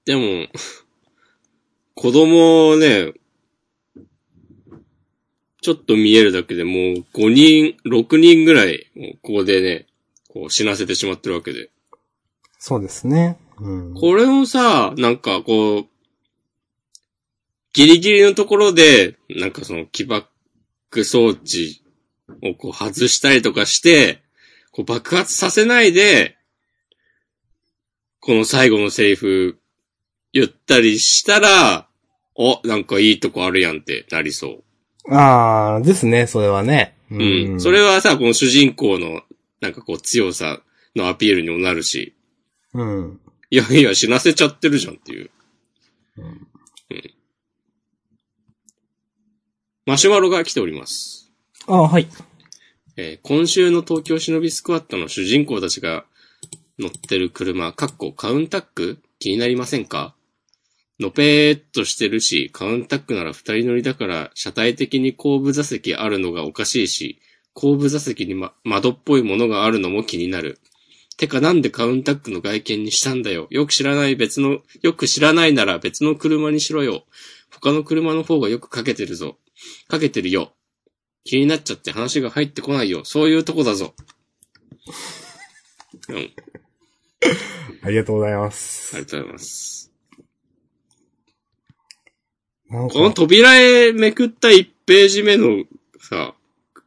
[SPEAKER 1] でも、 子供ね、ちょっと見えるだけでもう5人、6人ぐらい、もうここでね、こう死なせてしまってるわけで。
[SPEAKER 2] そうですね。うん。
[SPEAKER 1] これをさ、なんかこう、ギリギリのところで、なんかその起爆装置をこう外したりとかして、こう爆発させないで、この最後のセリフ言ったりしたら、お、なんかいいとこあるやんってなりそう。
[SPEAKER 2] あー、ですね、それはね。う
[SPEAKER 1] うん。それはさ、この主人公の、なんかこう強さのアピールにもなるし、
[SPEAKER 2] うん。
[SPEAKER 1] いやいや、死なせちゃってるじゃんっていう。
[SPEAKER 2] うん
[SPEAKER 1] マシュマロが来ております。
[SPEAKER 2] あー、はい。
[SPEAKER 1] えー今週の東京忍びスクワットの主人公たちが乗ってる車、かっこカウンタック気になりませんかのぺーっとしてるし、カウンタックなら二人乗りだから、車体的に後部座席あるのがおかしいし、後部座席に、ま、窓っぽいものがあるのも気になる。てかなんでカウンタックの外見にしたんだよ。よく知らない別の、よく知らないなら別の車にしろよ。他の車の方がよくかけてるぞ。かけてるよ。気になっちゃって話が入ってこないよ。そういうとこだぞ。うん。あり
[SPEAKER 2] ありがとうございます。
[SPEAKER 1] がとうございます。
[SPEAKER 2] なんか
[SPEAKER 1] この扉へめくった1ページ目のさ、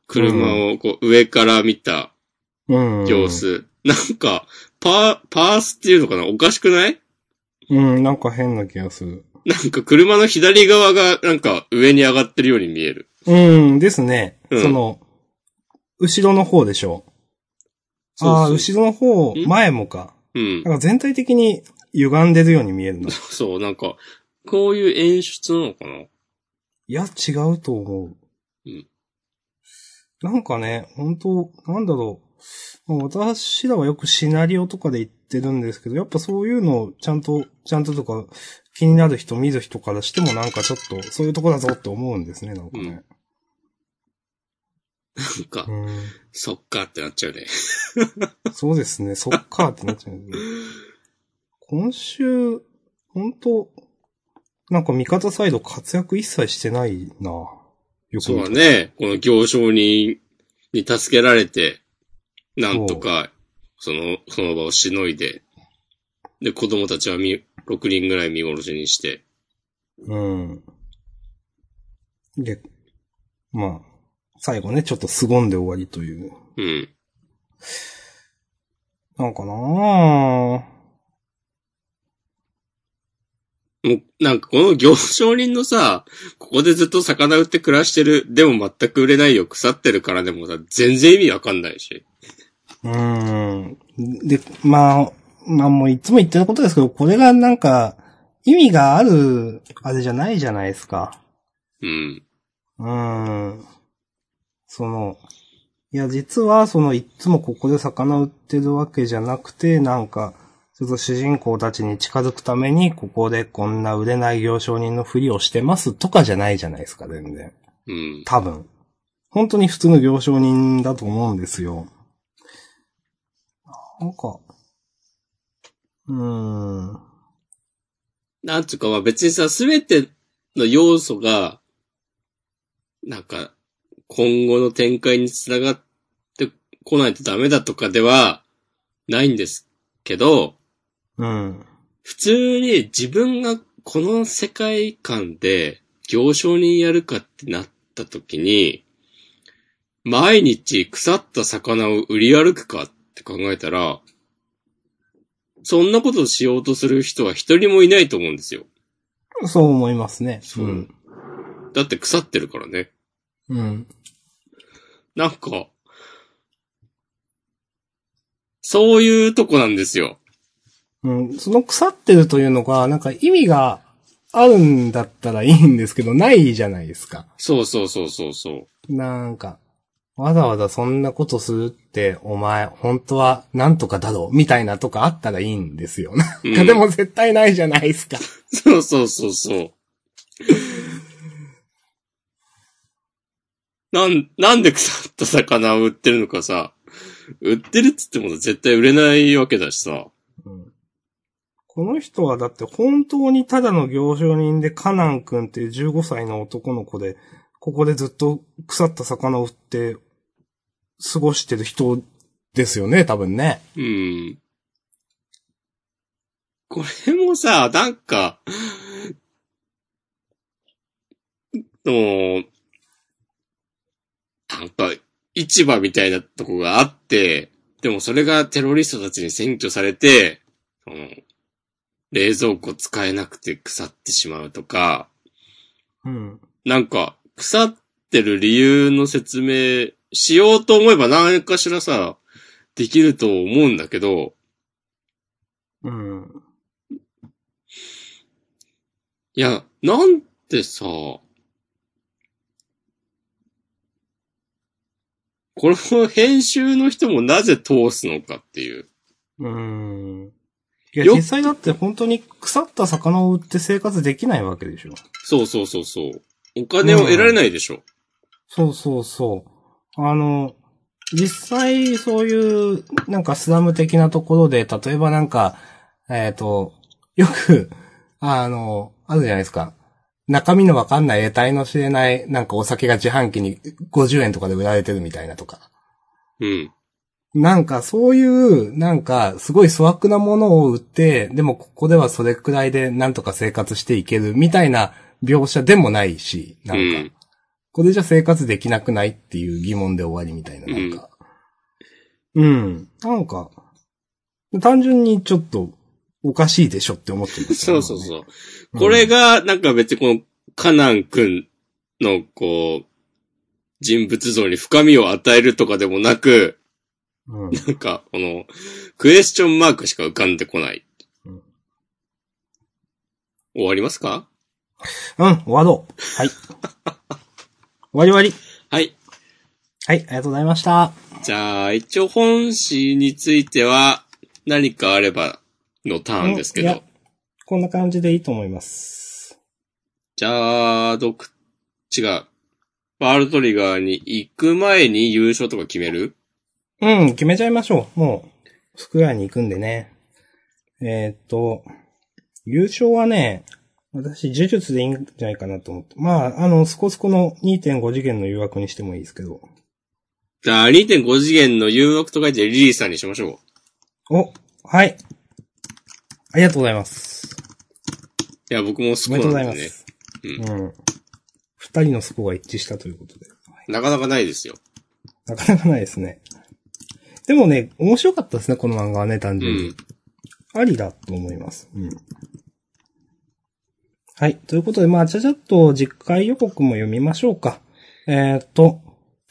[SPEAKER 1] 車をこう上から見た
[SPEAKER 2] うん。
[SPEAKER 1] 様子。なんか、パー、パースっていうのかなおかしくない
[SPEAKER 2] うん、なんか変な気がする。
[SPEAKER 1] なんか車の左側がなんか上に上がってるように見える。
[SPEAKER 2] うん、ですね。
[SPEAKER 1] うん
[SPEAKER 2] その、後ろの方でしょう。ああ、
[SPEAKER 1] そうそう
[SPEAKER 2] 後ろの方、
[SPEAKER 1] ん
[SPEAKER 2] 前もか。
[SPEAKER 1] うん
[SPEAKER 2] な。んか全体的に歪んでるように見えるの。い
[SPEAKER 1] そう、なんか、こういう演出なのかな
[SPEAKER 2] や、違うと思う。
[SPEAKER 1] うん
[SPEAKER 2] なんかね、本当なんだろう。まあ私らはよくシナリオとかで言ってるんですけど、やっぱそういうのをちゃんと、ちゃんととか、気になる人、見る人からしてもなんかちょっと、そういうとこだぞって思うんですね、なんかね。
[SPEAKER 1] なんか、
[SPEAKER 2] うん
[SPEAKER 1] そっかってなっちゃうね。
[SPEAKER 2] そうですね、そっかってなっちゃうね。今週、ほんと、なんか味方サイド活躍一切してないなよく
[SPEAKER 1] そう
[SPEAKER 2] 見
[SPEAKER 1] だ
[SPEAKER 2] て
[SPEAKER 1] ね。この行商人に助けられて、なんとか、その、その場をしのいで、で、子供たちはみ6人ぐらい見殺しにして、
[SPEAKER 2] うん。で、まあ、最後ね、ちょっと凄んで終わりという。
[SPEAKER 1] うん。
[SPEAKER 2] なんかなぁ。
[SPEAKER 1] もう、なんかこの行商人のさ、ここでずっと魚売って暮らしてる、でも全く売れないよ、腐ってるからでもさ、全然意味わかんないし。
[SPEAKER 2] うん。で、まあ、まあもういつも言ってることですけど、これがなんか、意味がある、あれじゃないじゃないですか。
[SPEAKER 1] うん。
[SPEAKER 2] うーん。その、いや、実は、その、いっつもここで魚売ってるわけじゃなくて、なんか、ちょっと主人公たちに近づくために、ここでこんな売れない行商人のふりをしてますとかじゃないじゃないですか、全然。
[SPEAKER 1] うん。
[SPEAKER 2] 多分。本当に普通の行商人だと思うんですよ。なんか、うーん。
[SPEAKER 1] なんつうか、まあ別にさ、すべての要素が、なんか、今後の展開につながってこないとダメだとかではないんですけど、
[SPEAKER 2] うん。
[SPEAKER 1] 普通に自分がこの世界観で行商人やるかってなった時に、毎日腐った魚を売り歩くかっって考えたら、そんなことしようとする人は一人もいないと思うんですよ。
[SPEAKER 2] そう思いますね。
[SPEAKER 1] そうだって腐ってるからね。
[SPEAKER 2] うん。うん。
[SPEAKER 1] なんか、そういうとこなんですよ。
[SPEAKER 2] うん。その腐ってるというのが、なんか意味があるんだったらいいんですけど、ないじゃないですか。
[SPEAKER 1] そうそうそうそうそう。
[SPEAKER 2] なんか、わざわざそんなことするって、お前、本当はなんとかだろう、みたいなとかあったらいいんですよ。なんか、
[SPEAKER 1] うん
[SPEAKER 2] でも絶対ないじゃないですか。
[SPEAKER 1] そうそうそうそう。なん、なんで腐った魚を売ってるのかさ、売ってるっつっても絶対売れないわけだしさ。
[SPEAKER 2] この人はだって本当にただの行商人でカナン君っていう15歳の男の子で、ここでずっと腐った魚を売って過ごしてる人ですよね、多分ね。
[SPEAKER 1] うん。これもさ、なんか、の、なんか、市場みたいなとこがあって、でもそれがテロリストたちに占拠されて、その冷蔵庫使えなくて腐ってしまうとか、
[SPEAKER 2] うん。
[SPEAKER 1] なんか、腐ってる理由の説明しようと思えば何かしらさ、できると思うんだけど、
[SPEAKER 2] うん。
[SPEAKER 1] いや、なんてさ、これを編集の人もなぜ通すのかっていう。
[SPEAKER 2] うん。いや、
[SPEAKER 1] よっ
[SPEAKER 2] 実際だって本当に腐った魚を売って生活できないわけでしょ。
[SPEAKER 1] そうそうそうそう。お金を得られないでしょ。
[SPEAKER 2] そうそうそう。あの、実際そういう、なんかスラム的なところで、例えばなんか、えっ、と、よく、あの、あるじゃないですか。中身のわかんない得体の知れない、なんかお酒が自販機に50円とかで売られてるみたいなとか。
[SPEAKER 1] うん。
[SPEAKER 2] なんかそういう、なんかすごい粗悪なものを売って、でもここではそれくらいでなんとか生活していけるみたいな描写でもないし、なんか。
[SPEAKER 1] うん
[SPEAKER 2] これじゃ生活できなくないっていう疑問で終わりみたいな、なんか。うん。なんか、単純にちょっとおかしいでしょって思ってます、
[SPEAKER 1] そう そうそう。
[SPEAKER 2] うん
[SPEAKER 1] これが、なんか別にこの、カナン君の、こう、人物像に深みを与えるとかでもなく、
[SPEAKER 2] うん。
[SPEAKER 1] なんか、この、クエスチョンマークしか浮かんでこない
[SPEAKER 2] うん。
[SPEAKER 1] 終わりますか
[SPEAKER 2] うん、終わろう。はい。終わり終わり。
[SPEAKER 1] はい。
[SPEAKER 2] はい、ありがとうございました。
[SPEAKER 1] じゃあ、一応本誌については何かあればのターンですけ
[SPEAKER 2] い
[SPEAKER 1] ど
[SPEAKER 2] や。こんな感じでいいと思います。
[SPEAKER 1] じゃあ、どく、違う。ワールドトリガーに行く前に優勝とか決める
[SPEAKER 2] うん、決めちゃいましょう。もう、スクエアに行くんでね。えーっと、優勝はね、私、呪術でいいんじゃないかなと思って。まあ、あの、スコスコの2.5次元の誘惑にしてもいいですけど。
[SPEAKER 1] じゃあ、2.5次元の誘惑と書いてリリーさんにしましょ
[SPEAKER 2] お、はい。ありがとうございます。
[SPEAKER 1] う。いや、僕もス
[SPEAKER 2] お
[SPEAKER 1] コ
[SPEAKER 2] め
[SPEAKER 1] ア
[SPEAKER 2] でとうご
[SPEAKER 1] な
[SPEAKER 2] ざい
[SPEAKER 1] ん
[SPEAKER 2] ま
[SPEAKER 1] でね。
[SPEAKER 2] す。
[SPEAKER 1] う
[SPEAKER 2] うん。二人のスコが一致したということで。
[SPEAKER 1] なかなかないですよ。
[SPEAKER 2] なかなかないですね。でもね、面白かったですね、この漫画はね、単
[SPEAKER 1] う
[SPEAKER 2] 純に。
[SPEAKER 1] ん。
[SPEAKER 2] ありだと思います。うん。はい。ということで、まあ、ちゃちゃっと実会予告も読みましょうか。えーっと、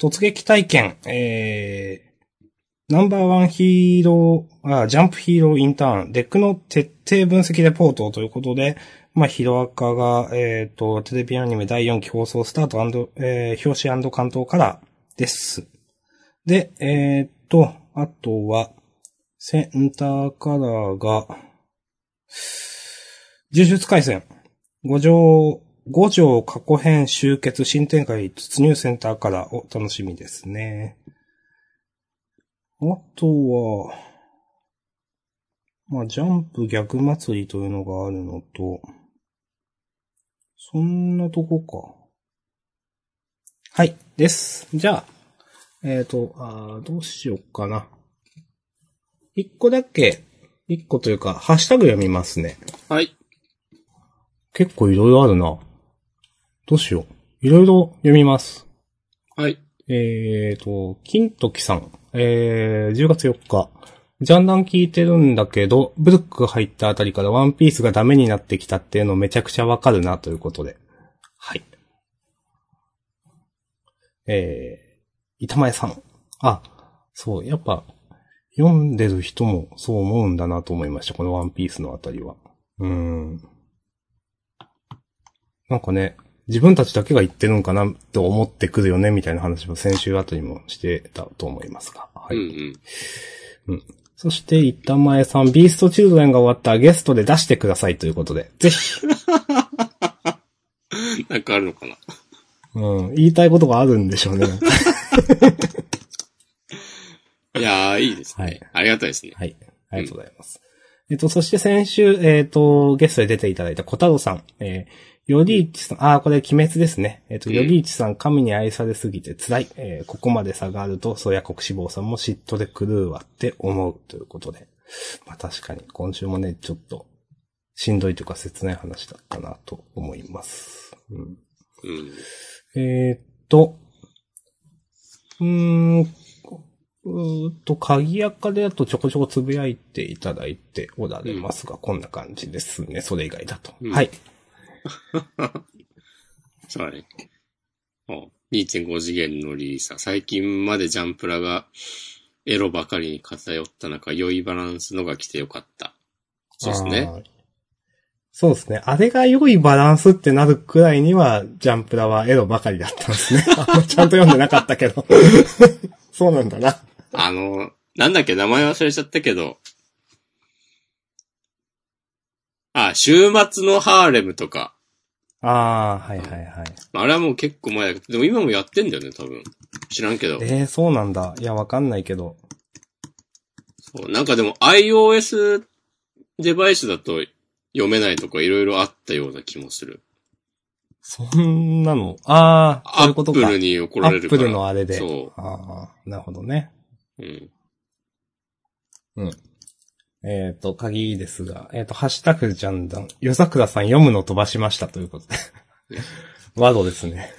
[SPEAKER 2] 突撃体験、えー、ナンバーワンヒーロー、あ、ジャンプヒーローインターン、デックの徹底分析レポートということで、まあ、ヒロアカが、えーっと、テレビアニメ第4期放送スタート、えー、表紙関東からです。で、えーっと、あとは、センターカラーが、呪術回戦。五条、五条過去編集結新展開突入センターカラーを楽しみですね。あとは、まあ、ジャンプ逆祭りというのがあるのと、そんなとこか。はい、です。じゃあ、えっ、と、あーどうしようかな。一個だけ、一個というか、ハッシュタグ読みますね。
[SPEAKER 1] はい。
[SPEAKER 2] 結構いろいろあるな。どうしよう。いろいろ読みます。
[SPEAKER 1] はい。
[SPEAKER 2] えーと、金時さん。えー、10月4日。ジャンダン聞いてるんだけど、ブルック入ったあたりからワンピースがダメになってきたっていうのめちゃくちゃわかるなということで。はい。えー、板前さん。あ、そう、やっぱ、読んでる人もそう思うんだなと思いました、このワンピースのあたりは。うーん。なんかね、自分たちだけが言ってるんかなと思ってくるよね、みたいな話も先週あたりもしてたと思いますが。はい。
[SPEAKER 1] うんうん。
[SPEAKER 2] そして、板前さん、ビーストチルドレンが終わったらゲストで出してくださいということで。ぜひ、
[SPEAKER 1] なんかあるのかな
[SPEAKER 2] うん、言いたいことがあるんでしょ うね。
[SPEAKER 1] いやー、いいですね。
[SPEAKER 2] はい
[SPEAKER 1] ありがたいですね。
[SPEAKER 2] はい。ありがとうございます。えっと、そして先週、えっと、ゲストで出ていただいた小太郎さん、えー、よりいちさん、あー、これ鬼滅ですね。えっと、
[SPEAKER 1] うん
[SPEAKER 2] よりいちさん、神に愛されすぎて辛い。えー、ここまで差があると、宗谷国志望さんも嫉妬で狂うわって思うということで。まあ確かに、今週もね、ちょっと、しんどいというか切ない話だったなと思います。うん
[SPEAKER 1] うん。
[SPEAKER 2] えーっと、うーん、こうーっと、鍵やかでだとちょこちょこつぶやいていただいておられますが、こんな感じですね。それ以外だと。
[SPEAKER 1] うん
[SPEAKER 2] はい。
[SPEAKER 1] そうだね。お2.5次元のリリーサ。最近までジャンプラがエロばかりに偏った中、良いバランスのが来てよかった。そうですね
[SPEAKER 2] あ。ー。そうですね。あれが良いバランスってなるくらいには、ジャンプラはエロばかりだったんで すね。あんまちゃんと読んでなかったけど。 そうなんだな。
[SPEAKER 1] あの、なんだっけ、名前忘れちゃったけど。あ、週末のハーレムとか。
[SPEAKER 2] ああ、はいはいはい。
[SPEAKER 1] あれはもう結構前だけど、でも今もやってんだよね、多分。知らんけど。
[SPEAKER 2] ええー、そうなんだ。いや、わかんないけど。
[SPEAKER 1] そうなんかでも iOS デバイスだと読めないとかいろいろあったような気もする。
[SPEAKER 2] そんなの。ああ、
[SPEAKER 1] ア
[SPEAKER 2] そういうこと
[SPEAKER 1] ップ
[SPEAKER 2] か。
[SPEAKER 1] ルに怒られるから。
[SPEAKER 2] アップルのあれで。
[SPEAKER 1] そ
[SPEAKER 2] ああ、なるほどね。
[SPEAKER 1] う。うん。
[SPEAKER 2] えっ、と、鍵ですが、えっ、と、ハッシュタグジャンダン、夜桜さん読むの飛ばしましたということで。 ワードですね。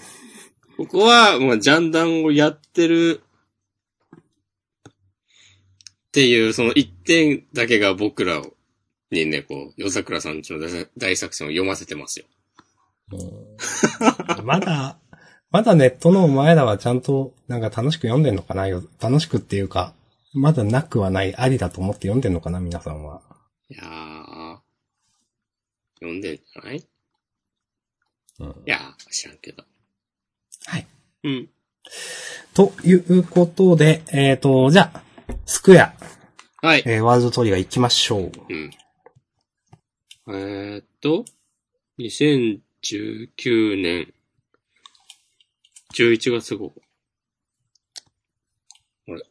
[SPEAKER 1] ここは、まあ、ジャンダンをやってるっていう、その一点だけが僕らを、にね、こう、夜桜さんちの大作大作戦を読ませてますよ。
[SPEAKER 2] まだ、まだネットのお前らはちゃんと、なんか楽しく読んでんのかなよ楽しくっていうか、まだなくはない、ありだと思って読んでんのかな皆さんは。
[SPEAKER 1] いやー。読んでんじゃないい
[SPEAKER 2] うん
[SPEAKER 1] やー、知らんけど。
[SPEAKER 2] はい。
[SPEAKER 1] うん。
[SPEAKER 2] ということで、えっ、と、じゃあ、スクエア、
[SPEAKER 1] はい。
[SPEAKER 2] えーワールドトリガー行きましょう。
[SPEAKER 1] うん。えーっと、2019年11月号。あれ。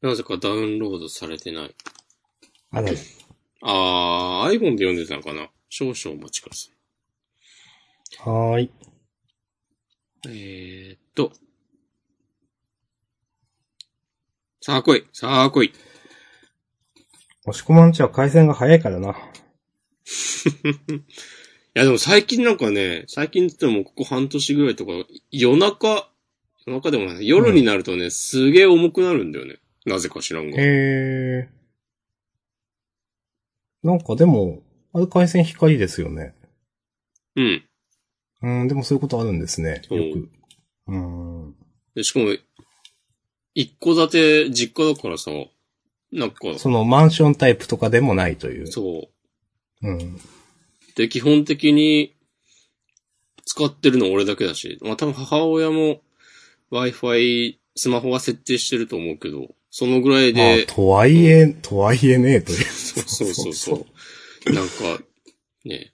[SPEAKER 1] なぜかダウンロードされてない。
[SPEAKER 2] あらら
[SPEAKER 1] あー、iPhone で読んでたのかな少々お待ちください。
[SPEAKER 2] はーい。
[SPEAKER 1] えーっと。さあ来いさあ来い
[SPEAKER 2] 押し込まんちは回線が早いからな。
[SPEAKER 1] いやでも最近なんかね、最近って言ってもここ半年ぐらいとか、夜中、夜中でもない、夜になるとね、すげえ重くなるんだよね。なぜか知らんが。
[SPEAKER 2] へえ。なんかでも、あれ回線光ですよね。
[SPEAKER 1] うん。
[SPEAKER 2] うん、でもそういうことあるんですね。
[SPEAKER 1] そう
[SPEAKER 2] よく。うん。
[SPEAKER 1] でしかも、一戸建て実家だからさ、なんか、
[SPEAKER 2] そのマンションタイプとかでもないという。
[SPEAKER 1] そう。
[SPEAKER 2] うん。
[SPEAKER 1] で、基本的に使ってるの俺だけだし、まあ多分母親も Wi-Fi、スマホは設定してると思うけど、そのぐらい
[SPEAKER 2] まあ
[SPEAKER 1] で、、
[SPEAKER 2] とはいえ、とはいえねえという。
[SPEAKER 1] そうそうそう。なんか、ね、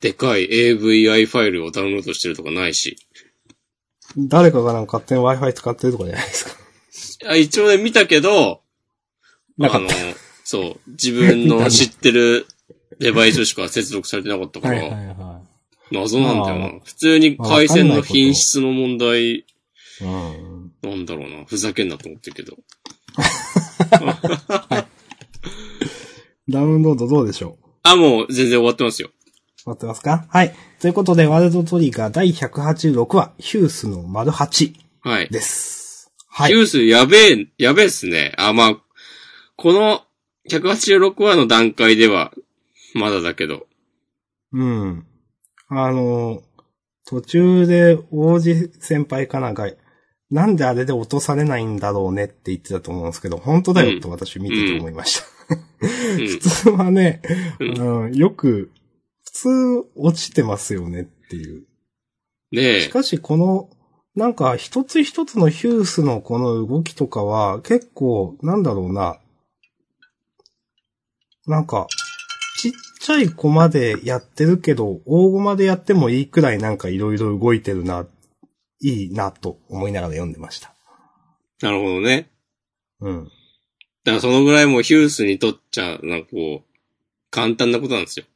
[SPEAKER 1] でかい AVI ファイルをダウンロードしてるとかないし。
[SPEAKER 2] 誰かがなんか勝手に Wi-Fi 使ってるとかじゃな いですか。
[SPEAKER 1] あ一応ね、見たけど、
[SPEAKER 2] なか
[SPEAKER 1] あ
[SPEAKER 2] っ
[SPEAKER 1] の、そう、自分の知ってるデバイスしか接続されてなかったか
[SPEAKER 2] た。はいはい
[SPEAKER 1] ら、
[SPEAKER 2] は
[SPEAKER 1] 謎なんだよ
[SPEAKER 2] ま
[SPEAKER 1] な。普通に回線の品質の問題、
[SPEAKER 2] い。うん。
[SPEAKER 1] なんだろうな。ふざけんなと思ってるけど。
[SPEAKER 2] ダウンロードどうでしょう
[SPEAKER 1] あ、もう全然終わってますよ。
[SPEAKER 2] 待ってますかはい。ということで、ワールドトリガー第186話、ヒュースの丸8
[SPEAKER 1] はい。
[SPEAKER 2] です。は
[SPEAKER 1] ジ
[SPEAKER 2] い。
[SPEAKER 1] ュースやべえ、やべえっすね。あ、まあ、この186話の段階では、まだだけど。
[SPEAKER 2] うん。あの、途中で王子先輩かなんか、なんであれで落とされないんだろうねって言ってたと思うんですけど、本当だよと私見てて思いました。
[SPEAKER 1] うん。
[SPEAKER 2] 普通はね、
[SPEAKER 1] うん
[SPEAKER 2] うん、よく、普通落ちてますよねっていう。
[SPEAKER 1] ね
[SPEAKER 2] し
[SPEAKER 1] え。
[SPEAKER 2] かしこの、なんか一つ一つのヒュースのこの動きとかは結構、なんだろうな。なんか、ちっちゃい子までやってるけど、大子までやってもいいくらいなんかいろいろ動いてるな、いいなと思いながら読んでました。
[SPEAKER 1] なるほどね。
[SPEAKER 2] うん。
[SPEAKER 1] だからそのぐらいもうヒュースにとっちゃ、なんかこう、簡単なことなんですよ。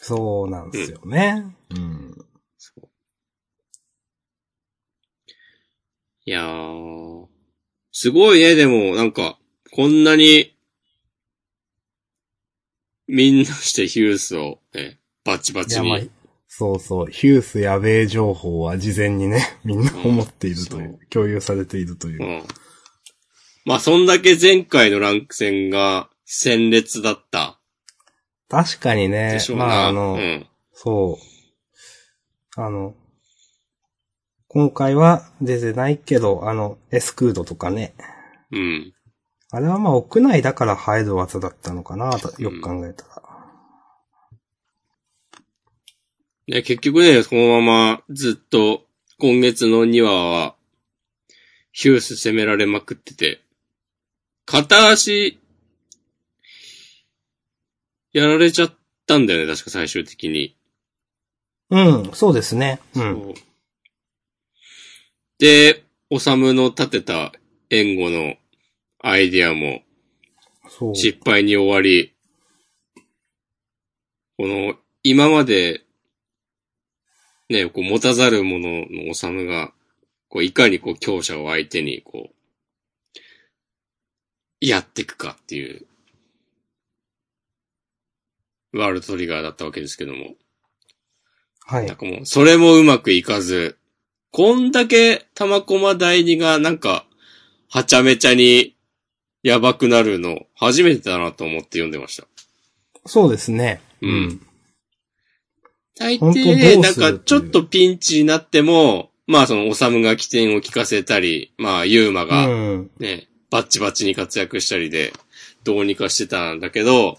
[SPEAKER 2] そうなんですよね。うん。
[SPEAKER 1] そういやー、すごいね、でも、なんか、こんなに、みんなしてヒュースを、ね、バチバチ
[SPEAKER 2] やば
[SPEAKER 1] に
[SPEAKER 2] い。。そうそう。ヒュースやべえ情報は事前にね、みんな思っているという、
[SPEAKER 1] うんそ
[SPEAKER 2] 共有されているというう。
[SPEAKER 1] ん。まあ、そんだけ前回のランク戦が、鮮烈だった
[SPEAKER 2] 確かにね
[SPEAKER 1] でし、ょうな。
[SPEAKER 2] まああの、
[SPEAKER 1] うん。
[SPEAKER 2] そう。あの、今回は出てないけど、あの、エスクードとかね。
[SPEAKER 1] うん。
[SPEAKER 2] あれはまあ屋内だから入る技だったのかな、とよく考えたら。
[SPEAKER 1] で、結局ね、このままずっと今月の2話は、ヒュース攻められまくってて、片足、やられちゃったんだよね、確か最終的に。
[SPEAKER 2] うん、そうですね。うん。
[SPEAKER 1] そうで、おさむの立てた援護のアイディアも
[SPEAKER 2] そう。
[SPEAKER 1] 失敗に終わり、この、今まで、ね、こう持たざる者のおさむが、こういかにこう強者を相手に、こう、やっていくかっていう、ワールドトリガーだったわけですけども。
[SPEAKER 2] は
[SPEAKER 1] なん
[SPEAKER 2] い。
[SPEAKER 1] かもう、それもうまくいかず、こんだけ玉駒第二がなんか、はちゃめちゃにやばくなるの、初めてだなと思って読んでました。
[SPEAKER 2] そうですね。
[SPEAKER 1] うん。大
[SPEAKER 2] 本当
[SPEAKER 1] 抵ね、
[SPEAKER 2] どう
[SPEAKER 1] なん
[SPEAKER 2] する
[SPEAKER 1] かちょっとピンチになっても、まあその、おさむが起点を聞かせたり、まあ、ゆうま
[SPEAKER 2] う
[SPEAKER 1] が
[SPEAKER 2] ん。
[SPEAKER 1] ね、バッチバチに活躍したりで、どうにかしてたんだけど、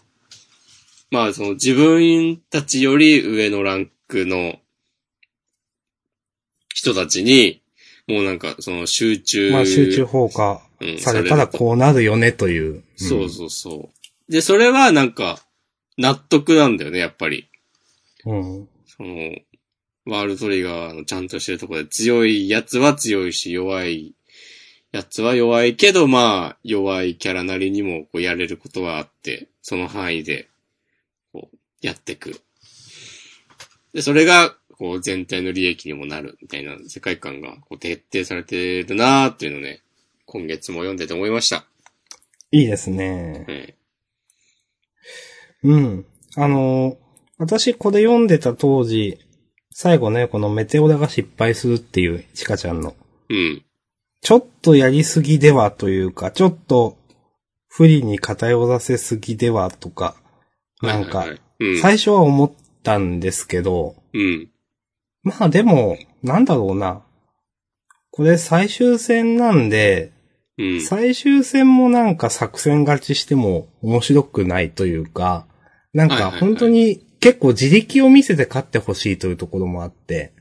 [SPEAKER 1] まあその自分たちより上のランクの人たちに、もうなんかその集中。
[SPEAKER 2] まあ集中放火
[SPEAKER 1] うん
[SPEAKER 2] されたらこうなるよね、という。うん
[SPEAKER 1] そうそうそう。で、それはなんか、納得なんだよね、やっぱり。
[SPEAKER 2] うん。
[SPEAKER 1] その、ワールドトリガーのちゃんとしてるところで強いやつは強いし、弱いやつは弱いけど、まあ、弱いキャラなりにもこうやれることはあって、その範囲で、こう、やってく。で、それが、こう、全体の利益にもなる、みたいな世界観が、こう、徹底されてるなーっていうのをね、今月も読んでて思いました。
[SPEAKER 2] いいですね。
[SPEAKER 1] え
[SPEAKER 2] うん。あのー私これ読んでた当時、最後ね、このメテオラが失敗するっていう、チカちゃんの。
[SPEAKER 1] えうん。
[SPEAKER 2] ちょっとやりすぎではというか、ちょっと不利に偏らせすぎではとか、なんか
[SPEAKER 1] はいはい、はいうん。
[SPEAKER 2] 最初は思ったんですけど、
[SPEAKER 1] うん。
[SPEAKER 2] まあでも、なんだろうな。これ最終戦なんで、
[SPEAKER 1] うん。
[SPEAKER 2] 最終戦もなんか作戦勝ちしても面白くないというか、なん
[SPEAKER 1] はいはい
[SPEAKER 2] か
[SPEAKER 1] はい
[SPEAKER 2] 本当に結構自力を見せて勝ってほしいというところもあって、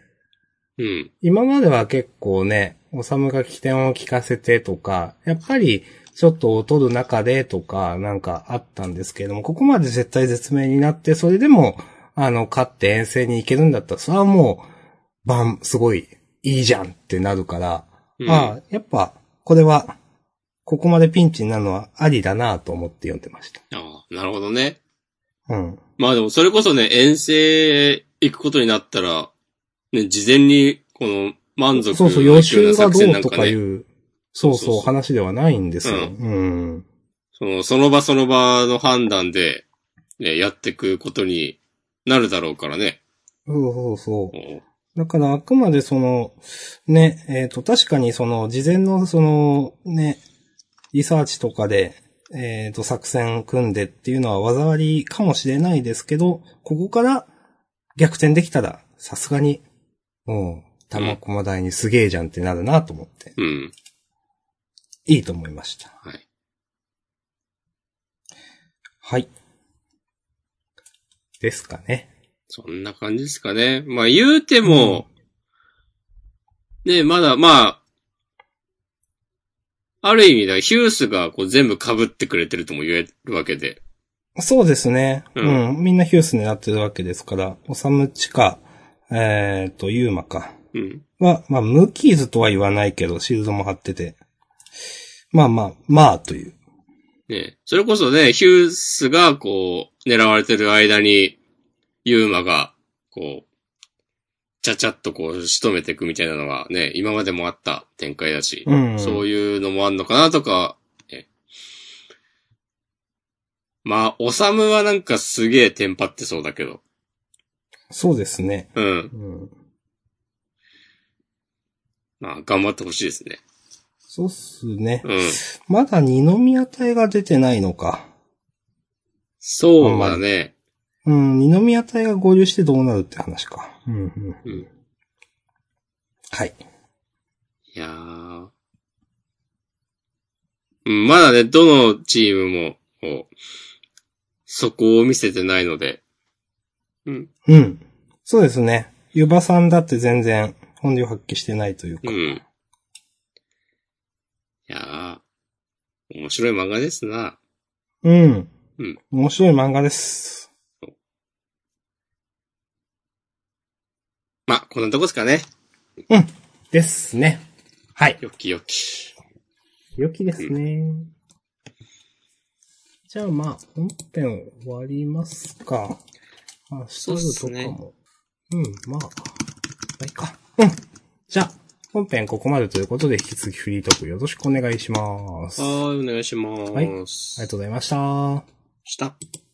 [SPEAKER 1] うん。
[SPEAKER 2] 今までは結構ね、おさむが起点を聞かせてとか、やっぱりちょっと劣る中でとかなんかあったんですけれども、ここまで絶対絶命になって、それでも、あの、勝って遠征に行けるんだったら、それはもう、バン、すごい、いいじゃんってなるから、
[SPEAKER 1] うん
[SPEAKER 2] ああ、やっぱ、これは、ここまでピンチになるのはありだなと思って読んでまし
[SPEAKER 1] ああ、なるほどね。
[SPEAKER 2] た。うん。
[SPEAKER 1] まあでもそれこそね、遠征行くことになったら、ね、事前に、この、満足
[SPEAKER 2] そうそう、
[SPEAKER 1] の
[SPEAKER 2] 予
[SPEAKER 1] いくよ
[SPEAKER 2] 習が
[SPEAKER 1] 作
[SPEAKER 2] ど
[SPEAKER 1] 戦
[SPEAKER 2] う
[SPEAKER 1] なん
[SPEAKER 2] と
[SPEAKER 1] か
[SPEAKER 2] かい
[SPEAKER 1] ね、
[SPEAKER 2] う、そ
[SPEAKER 1] そう
[SPEAKER 2] うそ
[SPEAKER 1] そうう
[SPEAKER 2] 話ではないんですよ。
[SPEAKER 1] う
[SPEAKER 2] うん。
[SPEAKER 1] その、その場その場の判断で、ね、やっていくことになるだろうからね。
[SPEAKER 2] そうそうそう。
[SPEAKER 1] こう
[SPEAKER 2] だからあくまでその、ね、えっ、と、確かにその、事前のその、ね、リサーチとかで、えっ、と、作戦組んでっていうのは技ありかもしれないですけど、ここから逆転できたら、さすがに、うん、玉駒台にすげえじゃんってなるなと思って、
[SPEAKER 1] うん。
[SPEAKER 2] いいと思いました。
[SPEAKER 1] はい。
[SPEAKER 2] はい。ですかね。
[SPEAKER 1] そんな感じですかね。まあ言うても、ね、まだ、まあ、ある意味ではヒュースがこう全部被ってくれてるとも言えるわけで。
[SPEAKER 2] そうですね。
[SPEAKER 1] う
[SPEAKER 2] うん。みんなヒュース狙ってるわけですから、オサムチか、えっ、と、ユーマか。
[SPEAKER 1] うん。
[SPEAKER 2] は、まあ、無キーズとは言わないけど、シールドも貼ってて。まあまあ、まあという。
[SPEAKER 1] ね。それこそね、ヒュースがこう、狙われてる間に、ユーマが、こう、ちゃちゃっとこう、仕留めていくみたいなのがね、今までもあった展開だし。
[SPEAKER 2] うん。
[SPEAKER 1] そういうのもあんのかなとか、えまあ、おさむはなんかすげえテンパってそうだけど。
[SPEAKER 2] そうですね。
[SPEAKER 1] うん。
[SPEAKER 2] うん。
[SPEAKER 1] まあ、頑張ってほしいですね。
[SPEAKER 2] そうっすね。
[SPEAKER 1] うん。
[SPEAKER 2] まだ二宮隊が出てないのか。
[SPEAKER 1] そうだね。
[SPEAKER 2] うん、二宮隊が合流してどうなるって話か。うん、うん。
[SPEAKER 1] うん。
[SPEAKER 2] はい。
[SPEAKER 1] いやー。うん、まだね、どのチームも、こう、そこを見せてないので。うん。
[SPEAKER 2] うん。そうですね。ユバさんだって全然本領発揮してないというか。
[SPEAKER 1] うん。いやー。面白い漫画ですな。
[SPEAKER 2] うん。
[SPEAKER 1] うん
[SPEAKER 2] 面白い漫画です。
[SPEAKER 1] まあ、こんなとこですかね。
[SPEAKER 2] ですね。はい。
[SPEAKER 1] よきよき。
[SPEAKER 2] 良きですね。じゃあまあ、本編終わりますか。あ、
[SPEAKER 1] そうっすね
[SPEAKER 2] スタルとかも。うん、まあ、まあいいか。うん。じゃあ、本編ここまでということで、引き続きフリートークよろしくお願いします。あ
[SPEAKER 1] はーい、お願いします。
[SPEAKER 2] はいりがとうございました。
[SPEAKER 1] した。